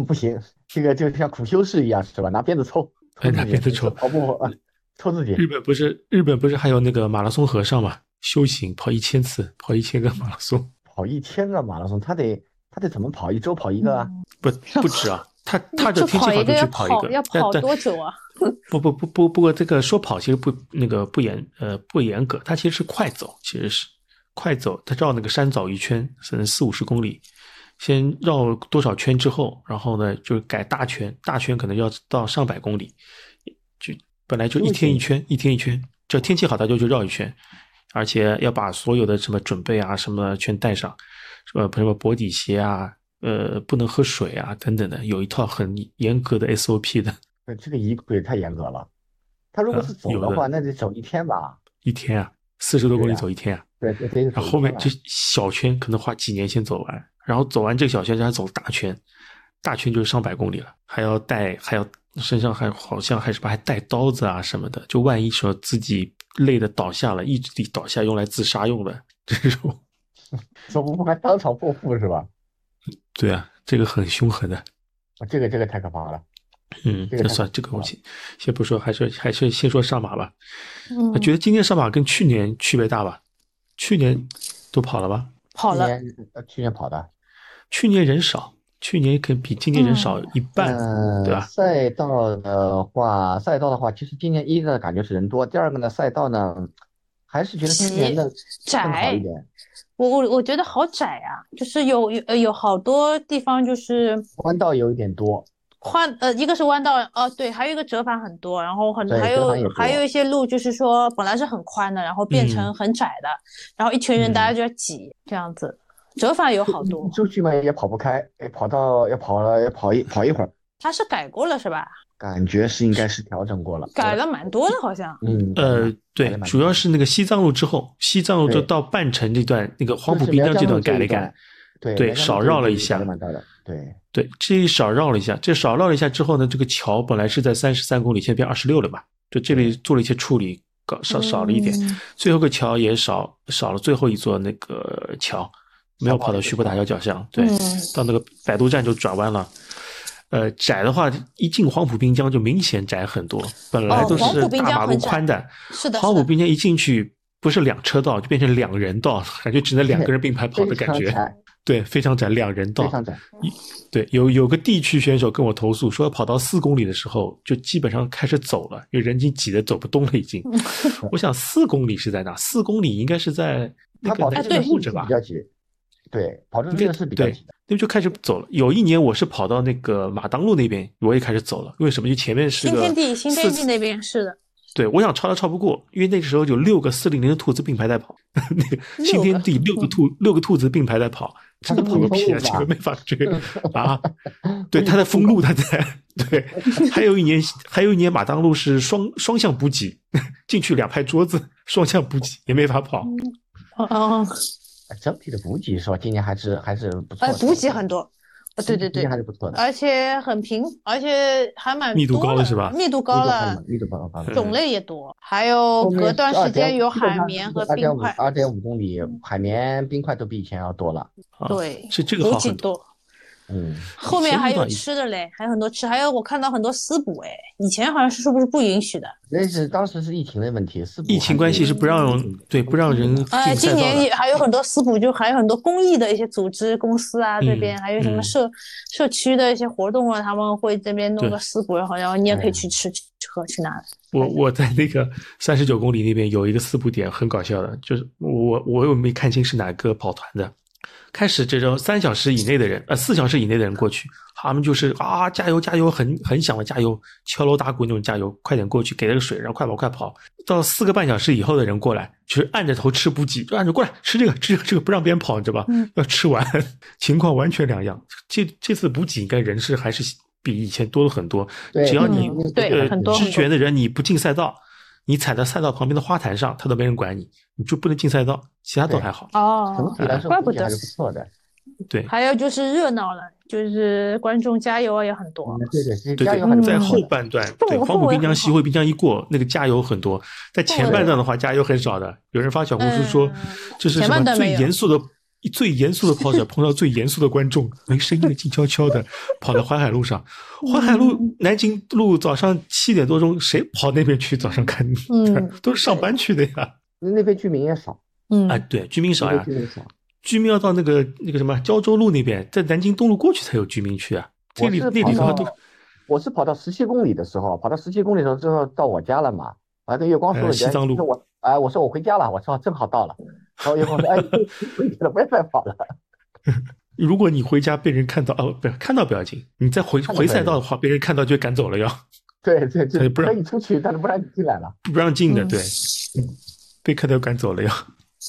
不行，这个就像苦修士一样是吧？拿鞭子抽，哎抽拿自己鞭子抽跑步 <laughs> 啊，抽自己日本不是日本不是还有那个马拉松和尚嘛，修行跑一千次，跑一千个马拉松，跑一千个马拉松，他得他得怎么跑？一周跑一个啊？ <laughs> 不不止啊，他踏着就天气跑好一就个去要跑跑一个，要但跑但多久啊？ <laughs> 不不不不，不过这个说跑其实不那个不严呃不严格，它其实是快走，其实是快走，它绕那个山走一圈，可能四五十公里，先绕多少圈之后，然后呢就是改大圈，大圈可能要到上百公里，就本来就一嗯天一圈，一天一圈，只要天气好它就去绕一圈，而且要把所有的什么准备啊什么全带上，呃什么薄底鞋啊，呃不能喝水啊等等的，有一套很严格的 SOP 的。呃这个仪轨太严格了。他如果呃是走有的的话，那得走一天吧？一天啊，四十多公里对啊走一天啊，对，这得然走后一后面天吧这小圈可能花几年先走完，然后走完这个小圈，再走大圈，大圈就是上百公里了，还要带，还要身上还好像还什么还带刀子啊什么的，就万一说自己累的倒下了，意志力倒下用来自杀用的这种，走不完当场破腹是吧？ <laughs> 对啊，这个很凶狠的，啊这个这个太可怕了。嗯，这个那太算这个东西先不说，还是还是先说上马吧。嗯那，觉得今天上马跟去年区别大吧？去年都跑了吧？跑去了，年呃去年跑的，去年人少，去年可比今年人少一半，嗯，对吧？赛道的话，赛道的话，其实今年一个感觉是人多，第二个呢，赛道呢，还是觉得今年的更好一点。我我我觉得好窄啊，就是有有呃有好多地方就是弯道有一点多，换呃，一个是弯道，哦对，还有一个折返很多，然后很对折还有返也还多有一些路就是说本来是很宽的，然后变成嗯很窄的，然后一群人大嗯家就要挤这样子，折返有好 <laughs> 多，周旭嘛也跑不开，哎，跑到要跑了，要跑一跑一会儿，他是改过了是吧？感觉是应该是调整过了。改了蛮多的好像，嗯，呃，改对了，蛮主多要的是那个西藏路之后，西藏路就对到半城这段，那个黄就浦是滨苗江这疆路段这改了一改段，对对苗疆路少这一绕了段一下改得蛮大的，对，对，这少绕了一下，这少绕了一下之后呢，这个桥本来是在三十三公里，现在变二十六了嘛，就这里做了一些处理，搞少少了一点，嗯最后个桥也少少了最后一座那个桥，没有跑到徐步大桥脚下，对，嗯到那个摆渡站就转弯了。呃，窄的话，一进黄浦滨江就明显窄很多，本来哦都黄是浦滨大江马路很窄宽的，是的，黄是浦的滨江一进去不是两车道，就变成两人道，感觉只能两个人并排跑的非感常觉。窄，对，非常窄，两人非道。常窄。对，有有个地区选手跟我投诉说，跑到四公里的时候就基本上开始走了，因为人已经挤得走不动了，已经。我想四公里是在哪？四公里应该是在那他个跑南这哎个京的对木路着是吧比？较急，对，跑这对个是比较对急的。那就开始走了。有一年我是跑到那个马当路那边，我也开始走了。为什么？就前面是新个天地，新天四地那边是的，对，我想超都超不过，因为那个时候有六个四零零的兔子并排在跑， <laughs> 那个嗯新天地六个兔六个兔子并排在跑，真的跑个屁啊！这它个是没法追啊！对，他在封路，他在 <laughs> 对。还有一年，还有一年马当路是双双向补给，进去两排桌子，双向补给也没法跑。哦哦，哎整体的补给是吧？今年还是还是不错呃的，，补给很多，呃对对今对年，还是不错的，而且很平，而且还蛮密度多高了的是吧密度高了，密度高了，密度高了。种类也多，还有隔段时间有海绵和二点冰五块，二点五公里，海绵冰块都比以前要多了。啊、对，是这个补好给很多。多。嗯，后面还以前遇有到一吃的嘞，还有很多吃，还有我看到很多私补哎，以前好像是是不是不允许的？那是当时是疫情的问题，是疫情关系是嗯不让对不让人进赛哎，今道年的也，还有很多私补，就还有很多公益的一些组织、公司啊这边，嗯还有什么嗯社社区的一些活动啊，他们会这边弄对个私补，然后然后你也可以嗯去吃、去喝、去拿。我我在那个三十九公里那边有一个四步点，很搞笑的，就是我我我又没看清是哪个跑团的。开始这种三小时以内的人，呃，四小时以内的人过去，他们就是啊，加油加油，很很响的加油，敲锣打鼓那种加油，快点过去，给了个水，然后快跑快跑。到四个半小时以后的人过来，就是按着头吃补给，就按着过来吃这个吃这个这个，不让别人跑，你知道吧？嗯要吃完， <laughs> 情况完全两样。这这次补给应该人是还是比以前多了很多，对只要你嗯对呃很多知觉的人，你不进赛道，你踩到赛道旁边的花坛上，他都没人管你，你就不能进赛道，其他都对还好。整哦体，来说怪不补给还得是。不错的。对，还有就是热闹了，就是观众加油啊也很多嗯，，对对，其实对加油还对，是在不后错的。半段，氛对围黄浦滨江、很西汇滨江一过，那个加油很多。在前半段的话，加油很少的。有人发小红书说嗯，这是前什半么段没最有严肃的、最严肃的跑 <laughs> 者碰到最严肃的观众，没声音的静悄悄的跑到淮海路上。淮海嗯路、南京路早上七点多钟，谁跑那边去？早上看，嗯 <laughs> 都是上班去的呀。那那边居民也少，嗯啊，对，居民那少边呀居，民少。居民要到那个那个什么胶州路那边，在南京东路过去才有居民区啊。这我里是那里的话跑都到，我是跑到十七公里的时候，跑到十七公里的时候之后到我家了嘛，我还跟月光说呃了西一句，藏路那我哎，我说我回家了，我说正好到了，然后月光说，哎，你回去了，不要再跑了。如果你回家被人看到，哦，不看到不要紧，你再回看到回不要赛紧道的话，被人看到就赶走了要，对对他对，也不让可以出去，但是不让你进来了。不让进的，嗯对，被看到赶走了要。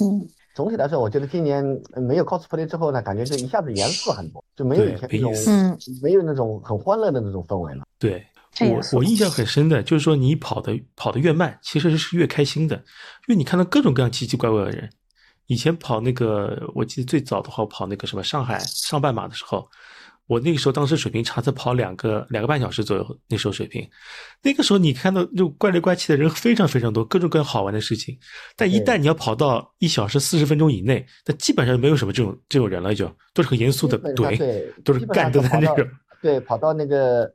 嗯总体来说，我觉得今年呃没有 cosplay 之后呢，感觉就一下子严肃了很多，就没有对以前没那种意思嗯，没有那种很欢乐的那种氛围了。对太严我肃我了印象很深的就是说，你跑的跑得越慢，其实是越开心的，因为你看到各种各样奇奇怪怪的人。以前跑那个，我记得最早的话，我跑那个什么上海上半马的时候，我那个时候当时水平差，才跑两个两个半小时左右，那时候水平。那个时候你看到就怪里怪气的人非常非常多，各种各样好玩的事情。但一对旦你要跑到一小时四十分钟以内，那基本上没有什么这种这种人了就，都是很严肃的基本上怼，对，都是基本干上的就跑那到种。对，跑到那个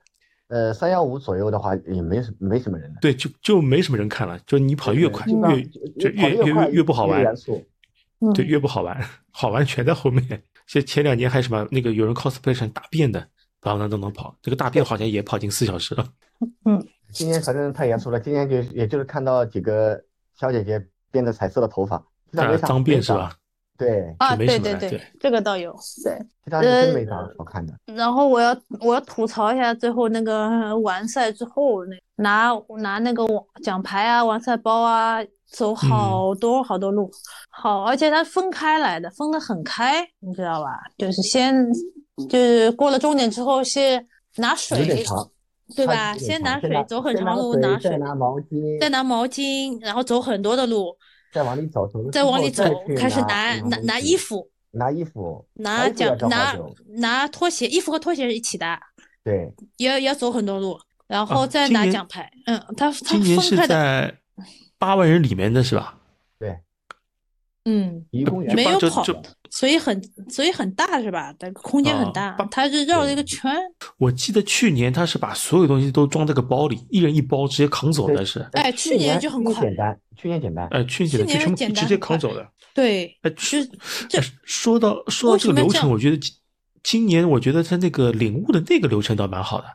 呃三幺五左右的话，也没什没什么人了。对，就就没什么人看了，就你跑越快基本上越就就跑得越越快越不好玩严肃。嗯对越不好玩，好玩全在后面。像前两年还什么那个有人 cosplay 成大便的，当当当当跑，这个大便好像也跑进四小时了。今年反正太严肃了，今年就也就是看到几个小姐姐编的彩色的头发，其他啊没啥脏便是没啥吧？对，就啊，没对什么对了对对，这个倒有对。其他是真没啥呃好看的。然后我要我要吐槽一下，最后那个呃完赛之后，那拿拿那个网奖牌啊、完赛包啊，嗯走好多好多路，好，而且它分开来的，分得很开，你知道吧？就是先就是过了终点之后是拿有点水，长，对它吧？有点先拿长水，走很先长路，拿拿水，再水，拿毛巾，再拿毛巾，然后走很多的路，哦再往里走，走了再之往后里走去，开始拿拿拿拿东衣西。服，拿衣服，拿衣服要奖找好拿久，拿拖鞋，衣服和拖鞋是一起的，对，也也走很多路，然后啊再今拿年奖牌。嗯，他他今年是分开的，在八万人里面的是吧？嗯，一公园没八有就跑就的，所以很所以很大是吧？但空间很啊大八，他是绕了一个圈。我记得去年他是把所有东西都装这个包里，一人一包直接扛走对的是，哎去去年年就很去年快简单，去年简单，呃，去去年年就全部简单直接很快扛走的。对，哎，是这哎说到说到为这个什么流这样程，我觉得今今年我觉得他那个领悟的那个流程倒蛮好的，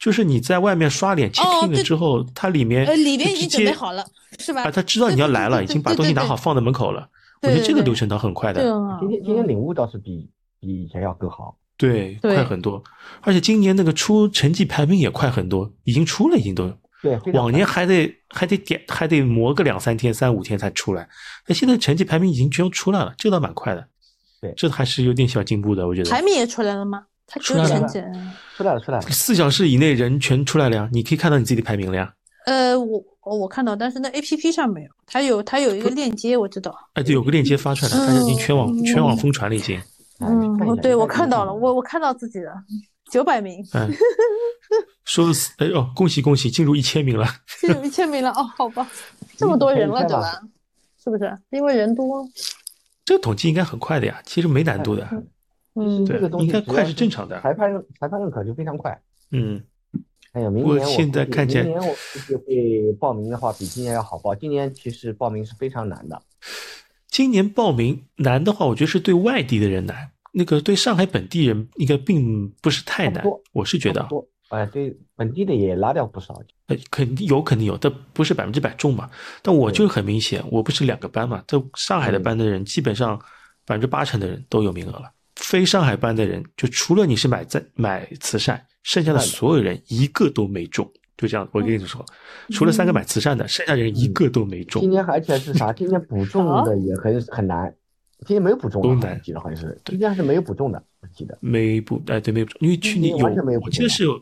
就是你在外面刷脸 check 哦 in 对了之后，它里面呃，里边哎就已经直准备接好了，是吧啊，？他知道你要来了，已经把东西拿好放在门口了。我觉对对得这个对流程倒很快对的，啊，今天今天嗯领悟倒是比比以前要更好，对，对快很多。而且今年那个出成绩排名也快很多，已经出了，已经都。对，非常往快年还得还得点还得磨个两三天、三五天才出来，那现在成绩排名已经全出来了，这倒蛮快的。对这还是有点小进步的，我觉得。排名也出来了吗？他只出有来了成绩。嗯出来了出来了，四小时以内人全出来了呀，你可以看到你自己的排名了呀。呃，我我看到，但是那 A P P 上没有，它有它有一个链接，我知道。哎，对，有个链接发出来了，大家已经全网嗯全网疯传了，已经。啊你嗯，看一我下对你我看看一到下了，我我看到自己的九百名， <laughs> 嗯，说哎呦，恭喜恭喜，进入一千名了。进入一千名了。哦，好吧，这么多人了，你先对开吧吧？是不是？因为人多。这个统计应该很快的呀，其实没难度的。其实嗯这对个东西应该只快要是正常的啊裁判认裁判认可就非常快。嗯，哎呀，明我年我现估在计看见明年我估计会报名的话，比今年要好报。今年其实报名是非常难的，今年报名难的话，我觉得是对外地的人难，那个对上海本地人应该并不是太差难不多。我是觉差得啊不，多哎，对，本地的也拉掉不少。呃，肯定有，肯定有，但不是百分之百中嘛。但我就是很明显，我不是两个班嘛，在嗯上海的班的人，基本上百分之八成的人都有名额了。非上海班的人，就除了你是买在买慈善，剩嗯下的所有人一个都没中。就这样，我跟你说，除了三个买慈善的，剩下的人一个都没嗯今中。年而且是啥？今年补中的也很很难，今年没有补中的，都好像难记得好像是，对今年是没有补中的，我记得没补，哎，对，没补中，因为去年嗯完全没有我记得补中是有，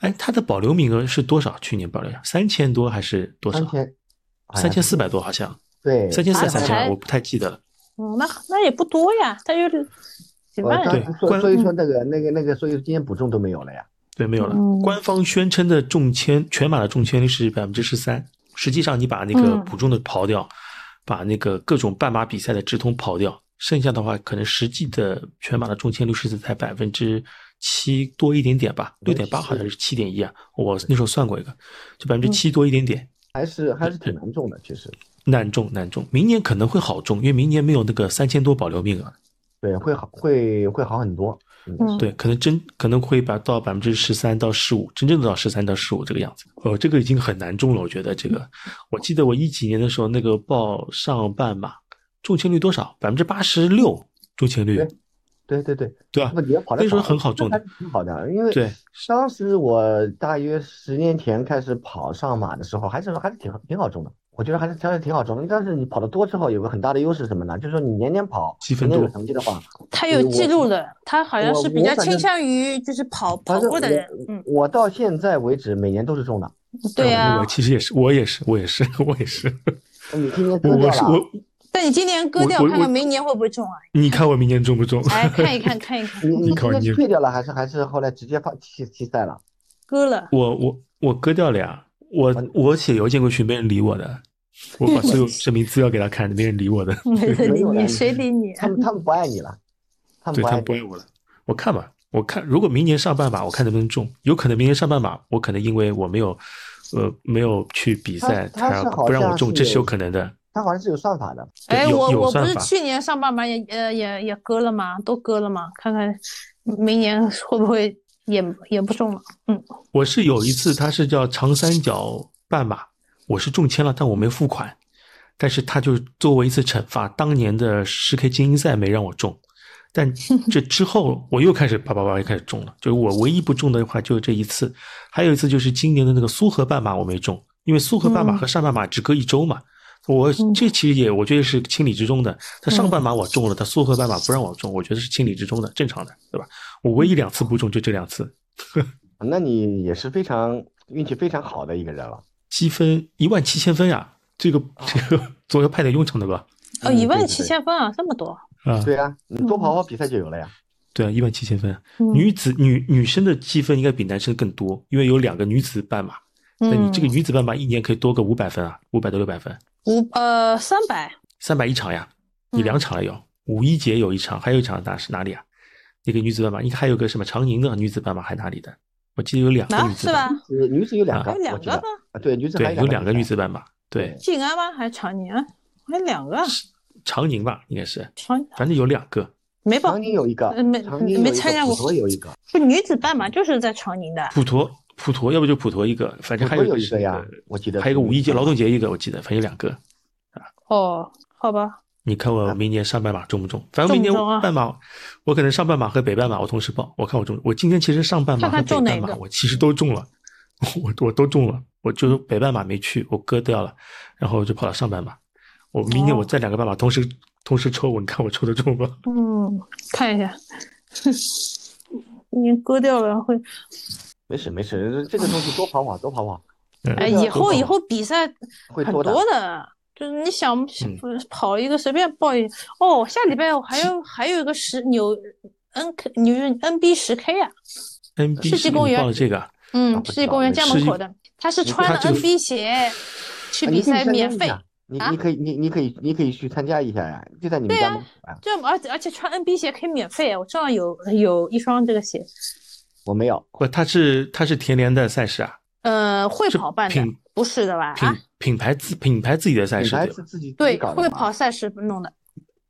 哎，他的保留名额是多少？去年保留三千多还是多少三？千，哎呀三千四百多好像，对，三千四啊三千才二，我不太记得了。嗯，那那也不多呀，它有几我万当呃对人。时说，关嗯所以说那个那个那个，所以今年补中都没有了呀。对，没有了。嗯官方宣称的中签全马的中签率是百分之十三，实际上你把那个嗯补中的刨掉，把那个各种半马比赛的直通刨掉，剩下的话可能实际的全马的中签率是在百分之七多一点点吧，六点八好像是七点一啊，我那时候算过一个，就百分之七多一点点，还是还是挺难中的，其实，难中难中。明年可能会好中，因为明年没有那个三千多保留啊名额，对，会好会会好很多，应该是嗯对，可能真可能会把到百分之十三到十五，真正的到十三到十五这个样子。哦，这个已经很难中了，我觉得这个，我记得我一几年的时候那个报上半马中签率多少？百分之八十六中签率对，对对对，对吧那？也跑得啊那时候早很好中那的还是挺好的，啊因为对当时我大约十年前开始跑上马的时候，还是还是挺挺好中的，我觉得还是还是挺好中的。但是你跑得多之后，有个很大的优势是什么呢？就是说你年年跑，积分年年有多成绩的话，它有记录的，它好像我是比我较反倾正向于就是跑跑反正过的人。我嗯，我到现在为止每年都是中的。对啊但哎我呀我。其实也是，我也是，我也是， <laughs> 我也是，你今年我丢掉我是了，啊我，但你今年割我掉，我看看我明年会不会中啊？你看我明年中不中？哎，看一看，看一看，你你你考今年你退掉了还是还是后来直接放弃弃赛了？<laughs> 割了。 <laughs> 我我我割掉了呀，我我写邮件过去没人理我的，我把所有证明资料给他看，没人理我的。没人理有你，人谁理你？啊他们他们不爱你了，他们对不他爱们你不。爱我了。我看吧，我看如果明年上半马，我看能不能中。有可能明年上半马，我可能因为我没有，呃，没有去比赛，他他是好不让我像中，是这是有有可能的。他好像是有算法的，对哎，有我有我不算是法去年上半马也呃也也割了吗？都割了吗？看看明年会不会也也不中了？嗯，我是有一次，他是叫长三角半马，我是中签了，但我没付款，但是他就作为一次惩罚，当年的十 K 精英赛没让我中，但这之后我又开始叭叭叭又开始中了，就是我唯一不中的话就是这一次，还有一次就是今年的那个苏荷半马我没中，因为苏荷半马嗯和上半马只隔一周嘛。我这其实也我觉得是情理之中的，他上半马我中了，他苏荷半马不让我中，我觉得是情理之中的，正常的，对吧？我唯一两次不中就这两次，那你也是非常运气非常好的一个人了。积分一万啊七千分呀、这个这个总要派点用场的吧？哦，嗯一万对对七对千分啊，这么多。啊，对啊，你多跑跑比赛就有了呀。对啊，一万七千分。嗯女子女女生的积分应该比男生更多，因为有两个女子半嗯马。嗯那哎你这个女子半马一年可以多个五百分啊，五百到六百分，五呃三百，三百一场呀，嗯你两场了有。五一节有一场，还有一场哪是哪里啊？那个女子半马应该还有个什么长宁的女子半马还哪里的？我记得有两个啊女子是吧半马，？女子女子有两个，还有两我记个得吗？啊，对，女子还对，有两个女子子半马，对，静安吗？还是长宁啊？还有两个啊长宁吧，应该是，长反正有两个。没报长，宁有一个呃，没长宁有没一参个，加过普陀有一个，不女子半马就是在长宁的，普陀，普陀，要不就普陀一个，反正普 <laughs> 还陀一有个一是个那呀个，我记得还有一个五一节劳动动节一个，我记得，反正有两个。哦，好吧，你看啊我明年上半马中不中？反正中明不年中啊半马，我可能上半马和北半马我同时报，我看我中。我今天其实上半马看看和中北半哪马个我其实都中了， <laughs> 我我都中了，我就是北半马没去，我割掉了，然后就跑到上半马。我明年哦我再两个半马同时同时抽，你看我抽得中吗？ <laughs> 嗯，看一下， <laughs> 你割掉了会，没事没事，这个东西多跑跑多跑 <laughs> 跑哎，嗯这个以后多以跑后比赛会很多的。嗯的，就是你想跑一个随便报一哦，下礼拜我还有还有一个十纽 N K 纽约 N B 十 K 啊， NB 世纪公园报了这个啊，啊嗯，不世知纪道公园那家世门纪口的，他是你穿他了这个 NB 鞋去啊比你可以赛参免加一费，下你啊你可以你你可以你可以去参加一下呀，就在你们家门口啊。这而且而且穿 NB 鞋可以免费，我正好有有一双这个鞋，我没有，不，它是它是田联的赛事啊，呃，会是跑办的，品不是的吧？品啊，品牌自品牌自己哎的赛品事牌对吧是？自己自己对，搞的会嘛跑赛事弄的，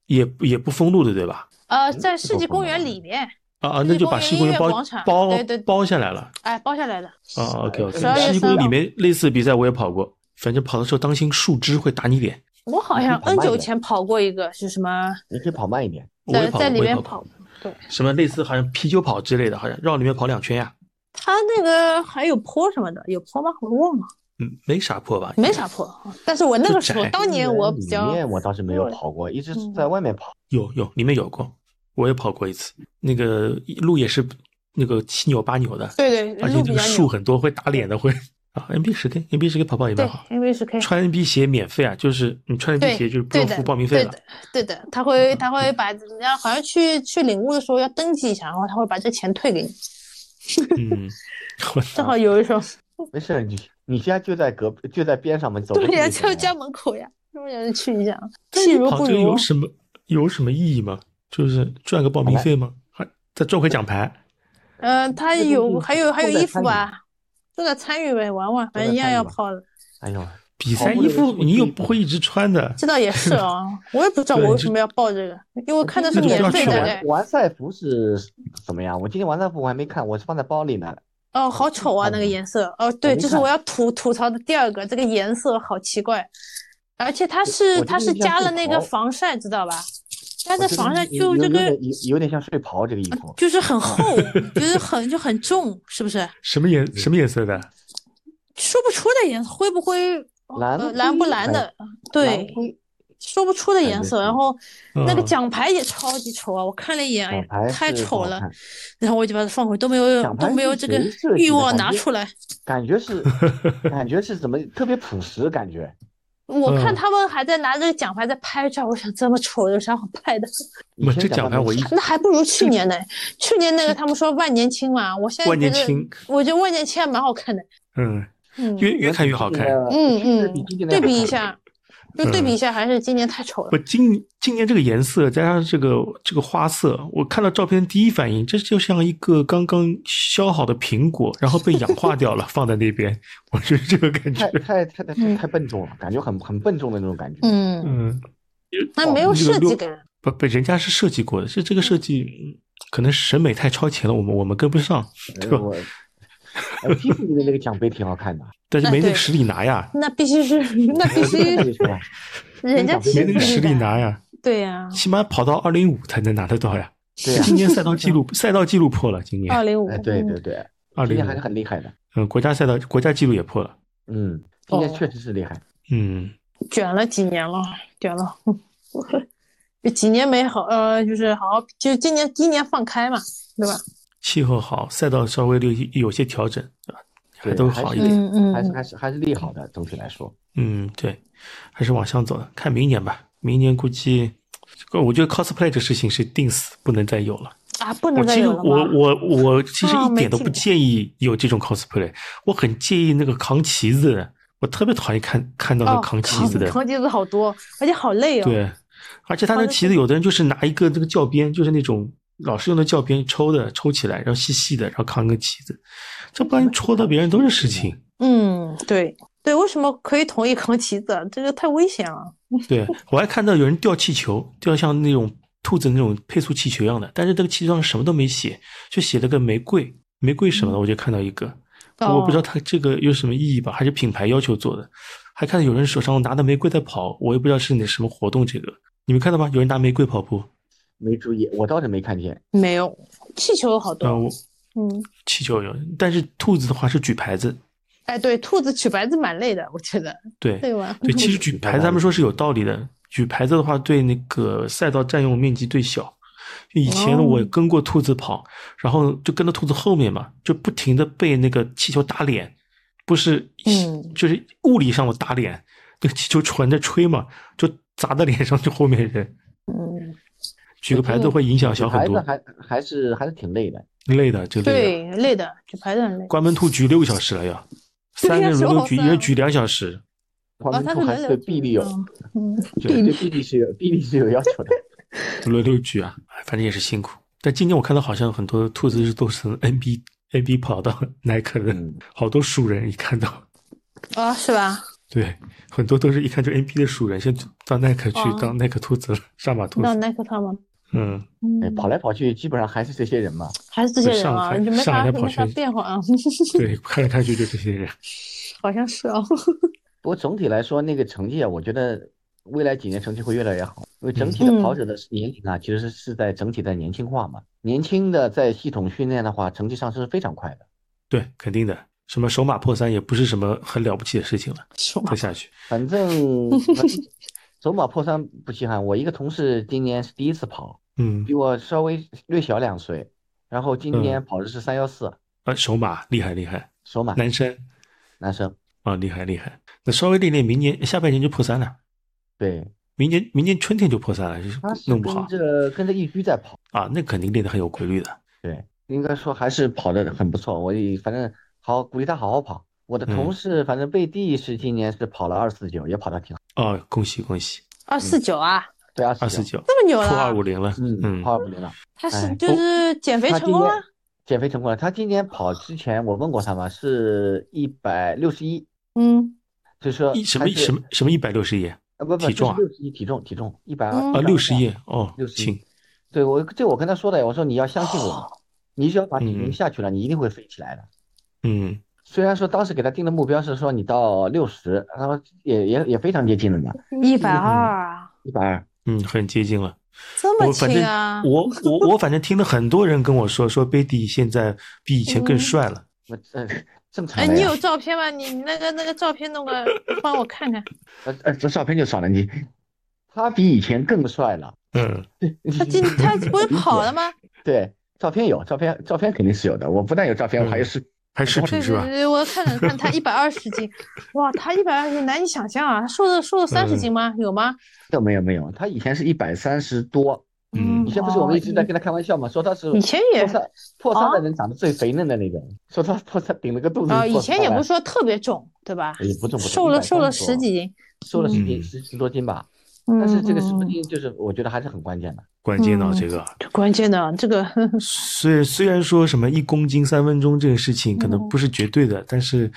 也也不封路的对吧？呃，嗯在是世不纪封公路园的里面，啊啊，世那纪就公把园世纪音公园乐包广场包对对包下来了。哎，包下来的，啊，OK OK， 12世月纪公3园号里面类似的比赛我也跑过，反正跑的时候当心树枝会打你脸。我啊好像可以跑 N 慢一久点前跑过一个是什么？你可以跑慢一点，我在也跑在过，里我也面跑跑过，，对，什么类似好像啤酒跑之类的，好像绕里面跑两圈呀。它那个还有坡什么的，有坡吗？我忘了，嗯，没啥破吧？没啥。坡。但是我那个时候就，窄当年我比较里，面我倒是没有弱跑过，一直嗯在外面跑。有有，里面有过，我也跑过一次。那个路也是那个七扭八扭的，对对，而且路这比个较树牛，很多会打脸的，会啊。NB 十 K，NB 十 K 跑跑也蛮对好。因为是可以，穿 NB 鞋免费啊，就是你穿 NB 对鞋就是不对用的付报名费对了的。对的，他会他会把，然后好像去去领物的时候要登记一下，然后他会把这钱退给你。嗯， <laughs> 我正好有一双，没事，你你家就在隔就在边上嘛，你走过对去呀，就行就了家门口呀，是不是去一下？但啊弃你如跑不这个如有。什么有什么意义吗？就是赚个报名费吗？还再赚回奖牌？嗯，他这东有西还有还有重在衣服参与吧，重在参与呗，玩玩，反重正在参一样与要吧泡的。哎呦，比赛衣服你又不会一直穿的，这倒也是 <laughs> 啊，我也不知道我为什么要报这个，因为我看的是那就免不要费去的。玩哎完完赛服是怎么样？我今天完赛服我还没看，我是放在包里呢。哦，好丑啊，那个颜色。哦，对，没这是看我要吐吐槽的第二个，这个颜色好奇怪，而且它是我它这是个像加了睡那个袍防晒，知道吧？加我的觉得防晒有有就这有个呃点有有点像睡袍这个衣服，就是很厚，就是很就很重，是不是？什么颜什么颜色的？说不出的颜色，会不会蓝呃蓝不灰蓝哎的？蓝对，灰哎说不出的感颜觉色。然是后那个嗯奖牌也超级丑啊，我看了一眼，哎奖牌呀，太是不丑好了。看然后我就把它放回，都没有奖都牌没有是这个谁设计欲的望感拿觉出来。感觉 <laughs> 是感觉是怎么特别朴实感觉。我嗯看他们还在拿这个奖牌在拍照，我想这么丑有啥好拍的？ <laughs> 以不前这讲话奖都牌我是一假那还不如去年呢。去年那个他们说万年青嘛，我现在万年觉得青，我觉得万年青还蛮好看的。嗯，嗯越越看越好看。嗯嗯比今年，对好比一看下，就对比一下，还是今年太丑了嗯不，。今今年这个颜色加上这个这个花色，我看到照片第一反应，这就像一个刚刚削好的苹果，然后被氧化掉了，放在那边，我就是这个感觉太。太太太太嗯太笨重了，感觉很很笨重的那种感觉。 <laughs> 嗯，嗯，那没有这个设六计感。不不，人家是设计过的，是这个设计嗯可能审美太超前了，我们我们跟不上，嗯对吧呃？我，哎，P 四的那个奖杯挺好看的，但是那没那对个实力拿呀，那必须 <laughs> 是，那必我就须看这说，人家奖杯没体那个是实育力感。拿呀，对 <laughs> 呀，起码跑到二零五才能拿得到呀。对啊呀今年 <laughs> 赛道记录赛道记录破了，今二年 <laughs> 零五哎，。对对对，二今零年还是很厉害的，嗯国家赛道国家纪录也破了，嗯，今哦年确实是厉害。嗯，卷了几年了，卷了， <laughs> 就几年没好，呃，就是好好，就今年第一年放开嘛，对吧？气候好，赛道稍微有有些调整，对吧？还对都还好一是点，嗯嗯还是嗯，还是还是利好的，总体来说，嗯，对，还是往上走的，看明年吧，明年估计这个我觉得 cosplay 这事情是定死不能再有了。啊，不能我再其实有了我吗？我我其实哦一没点都听不过介意有这种 cosplay，我很介意那个扛旗子的，我特别讨厌看看到那哦，个扛旗子的，扛旗子好多，而且好累哦。对，而且他好那的旗子，有的人就是拿一个那个教鞭，就是那种老师用的教鞭抽的，抽起来，然后细细的，然后扛个旗子，这不然戳到别人都是事情。嗯，对对，为什么可以同意扛旗子啊？这个太危险了。对我还看到有人掉气球，掉像那种兔子那种配速气球一样的，但是这个气球上什么都没写，就写了个玫瑰，玫瑰什么嗯的，我就看到一个，我哦不知道它这个有什么意义吧，还是品牌要求做的。还看到有人手上拿着玫瑰在跑，我也不知道是哪什么活动。这个你们看到吗？有人拿玫瑰跑步？没注意，我倒是没看见。没有，气球有好多。啊、我嗯，气球有，但是兔子的话是举牌子。哎，对，兔子举牌子蛮累的，我觉得，对对吧？对，其实举牌子他们说是有道理的。举牌子的话，对那个赛道占用面积最小。以前哦我跟过兔子跑，然后就跟着兔子后面嘛，就不停的被那个气球打脸，不是，嗯就是物理上我打脸，那个气球传着吹嘛，就砸到脸上，就后面人。嗯，举个牌子会影响小很孩子多，还还是还是挺累的。累的，这累的。对，累的，举牌子很累。关门兔举六个小时了呀，对呀三个人轮手流好举，一酸人啊举两小时。黄哦，明它珠是还轮是流对举臂力有，嗯，对对臂力是有臂力是有要求的。轮流举啊，哎反正也是辛苦。但今年我看到好像很多兔子是都是 <laughs> NB NB 跑到耐克的，嗯好多熟人一看到，啊，是吧？对，很多都是一看就 NB 的熟人，先到耐克去哦当耐克兔子了，杀马兔那子。耐克他们，嗯，哎，嗯，跑来跑去，基本上还是这些人嘛。还是这些人上啊，海你就没上海法的跑没法圈变化啊。 <laughs> 对，看来看去就这些人。好像是哦。不过总体来说，那个成绩啊，我觉得未来几年成绩会越来越好，因为整体的嗯跑者的年龄啊，其实是是在整体在年轻化嘛。年轻的在系统训练的话，成绩上升是非常快的。对，肯定的，什么手马破三也不是什么很了不起的事情了，说再下去。反正 <laughs> 反正走马破三不稀罕。我一个同事今年是第一次跑，嗯比，我稍微略小两岁，然后嗯今年跑的是三幺四啊，手马厉害厉害，首马男生男生。啊厉害厉害，那稍微练练，明年下半年就破三了，对，明年明年春天就破三了，啊就是他是弄不好跟着跟着易居在跑，啊，那肯定练得很有规律的。对，应该说还是跑得很不错。我也反正好鼓励他好好跑。我的同嗯事反正贝蒂是今年是跑了二四九，也跑得挺好，哦，恭喜恭喜，二四九啊，对二二四，四九这么牛破了二啊，五零了，嗯，跑二五零了。他是哎就是减肥他成今功啊年了。减肥成功了。他今年跑之前我问过他嘛，是一百六十一，嗯，就说一什还么是什么什么一百六十页啊不不体重啊六十一体重体重一百二嗯啊，六十。页哦， 61请对我这我跟他说的，我说你要相信我，你只要把体哦嗯重下去了，你一定会飞起来的。嗯虽然说当时给他定的目标是说你到六十，他说也也也非常接近了嘛，一百二啊，一百二。嗯，很接近了。这么我反轻正啊！我我我反正听了很多人跟我说，说贝蒂现在比以前更帅了。我嗯、呃，正常哎，的你呀有照片吗？你你那个那个照片弄个帮我看看。呃呃，这照片就少了你，他比以前更帅了。嗯， <laughs> 他今他 <laughs> 不是跑了吗？对，照片有，照片照片肯定是有的。我不但有照片，我嗯还有视频。还视频对是对吧？对，我看了看，他一百二十斤，哇，他一百二十斤难以想象啊！他瘦了瘦了三十嗯斤吗？有吗？这没有没有，他以前是一百三十多，嗯以前不是我们一直在哦跟他开玩笑嘛，说他是以以前破也三破三的人长得最肥嫩的那种，说他破三顶了个肚子。啊，以前也不是是，说特别重，对吧？也不重不重，瘦了瘦了130十多几，斤，瘦了十嗯几十十多斤吧。嗯，但是这个十多嗯斤就是我觉得还是很关键的。关键呢嗯这个。嗯关键的这个虽然虽然说什么一公斤三分钟这个事情可能嗯不是绝对的，但是，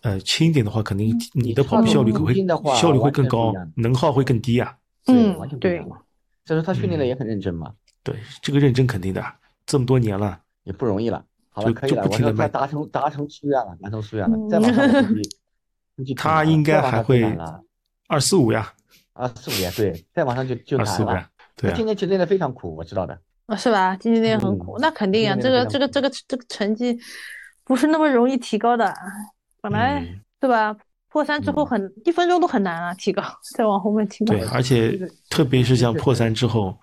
呃，轻一点的话，肯定你的跑步差效率不多会一公斤的话效率会完更全不一高样，能耗会更低啊。嗯完全不一样嘛。再说他训练嗯的也很认真嘛，对，这个认真肯定的，这么多年了，也不容易了。好了，就可以就了，不我停地说迈他达成达成夙愿了，达成夙愿嗯了，再往上我估 <laughs> 计估计挺他啊难了应该再往还上挺会难了二四五呀，啊，四五年对，再往上就就二难四五了。呀，对他啊今，年其实练得非常苦，我知道的。啊是吧？今天很嗯苦，那肯定啊，今这天个非常这个这个这个成绩不是那么容易提高的，本来嗯对吧？破三之后嗯很一分钟都很难啊，提高再往后面提高对，，而且特别是像破三之后，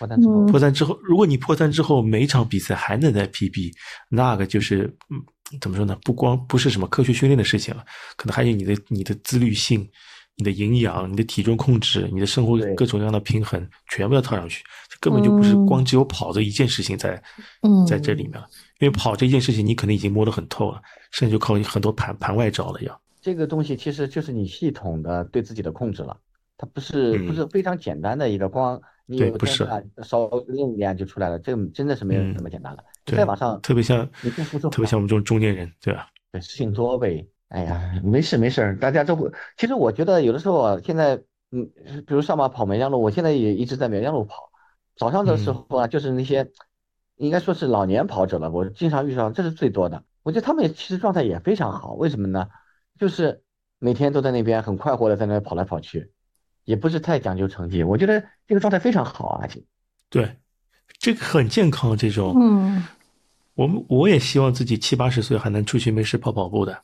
我当时嗯破三之后，如果你破三之后每一场比赛还能再 PB，那个就是嗯，怎么说呢？不光不是什么科学训练的事情了，可能还有你的你的自律性、你的营养、你的体重控制、你的生活对各种各样的平衡，全部要套上去，这根本就不是嗯光只有跑这一件事情在、嗯在这里面了。因为跑这件事情，你可能已经摸得很透了，甚至就靠很多盘盘外招了要。这个东西其实就是你系统的对自己的控制了，它不是不嗯是非常简单的一个光你对有不天是分啊稍微练一练就出来了，这个真的是没有嗯那么简单了。对再往上，特别像，你不服就特别像我们这种中年人，对吧？对事情多呗。哎呀，没事没事儿，大家都会。其实我觉得有的时候啊，现在嗯，比如上班跑绵阳路，我现在也一直在绵阳路跑。早上的时候啊，就是那些应该说是老年跑者了，我经常遇上，这是最多的。我觉得他们也其实状态也非常好，为什么呢？就是每天都在那边很快活的在那跑来跑去，也不是太讲究成绩。我觉得这个状态非常好啊，对，这个很健康，这种。嗯我们我也希望自己七八十岁还能出去没事跑跑步的。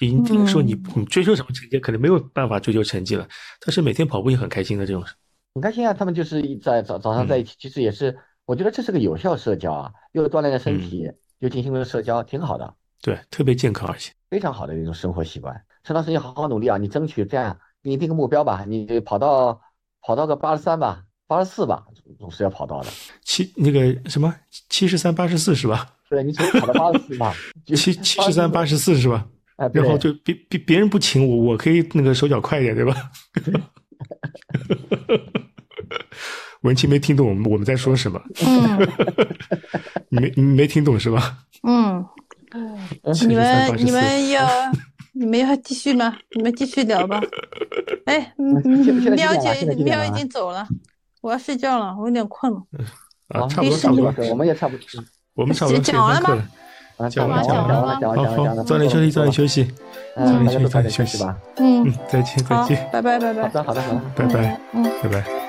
已经这个时候你嗯你追求什么成绩，可能没有办法追求成绩了，但是每天跑步也很开心的这种。很开心啊，他们就是一在早早上在嗯一起，其实也是，我觉得这是个有效社交啊，又锻炼了身体，嗯又进行了社交，挺好的，对，特别健康，而且非常好的一种生活习惯。陈老师，你好好努力啊，你争取这样，你定个目标吧，你跑到跑到个八十三吧，八十四吧，总是要跑到的。七那个什么七十三八十四是吧？对，你总跑到八十四吧，就七七十三八，十四是吧？哎，对然后就别别别人不请我，我可以那个手脚快一点，对吧？ <laughs> 文琪没听懂我们我们在说什么，嗯你没你没听懂是吧？嗯，七 <laughs> 你十三八们十你四，们 <laughs> 要你们要继续吗？你们继续聊吧。哎，嗯现在几点喵了姐现在几点喵了啊已经走了，我要睡觉了，我有点困了。啊，好差不多是差不多，是我们也差不多我们差不多可以讲完上了课吗了。啊，讲完完讲了了，吗讲完好讲完好，讲早点休息，早点休息，息。嗯，早点大家休都早点休息早点休息息吧。嗯嗯，再见，再好，见，拜拜拜好拜。的，好的，好的。拜拜，嗯。拜拜。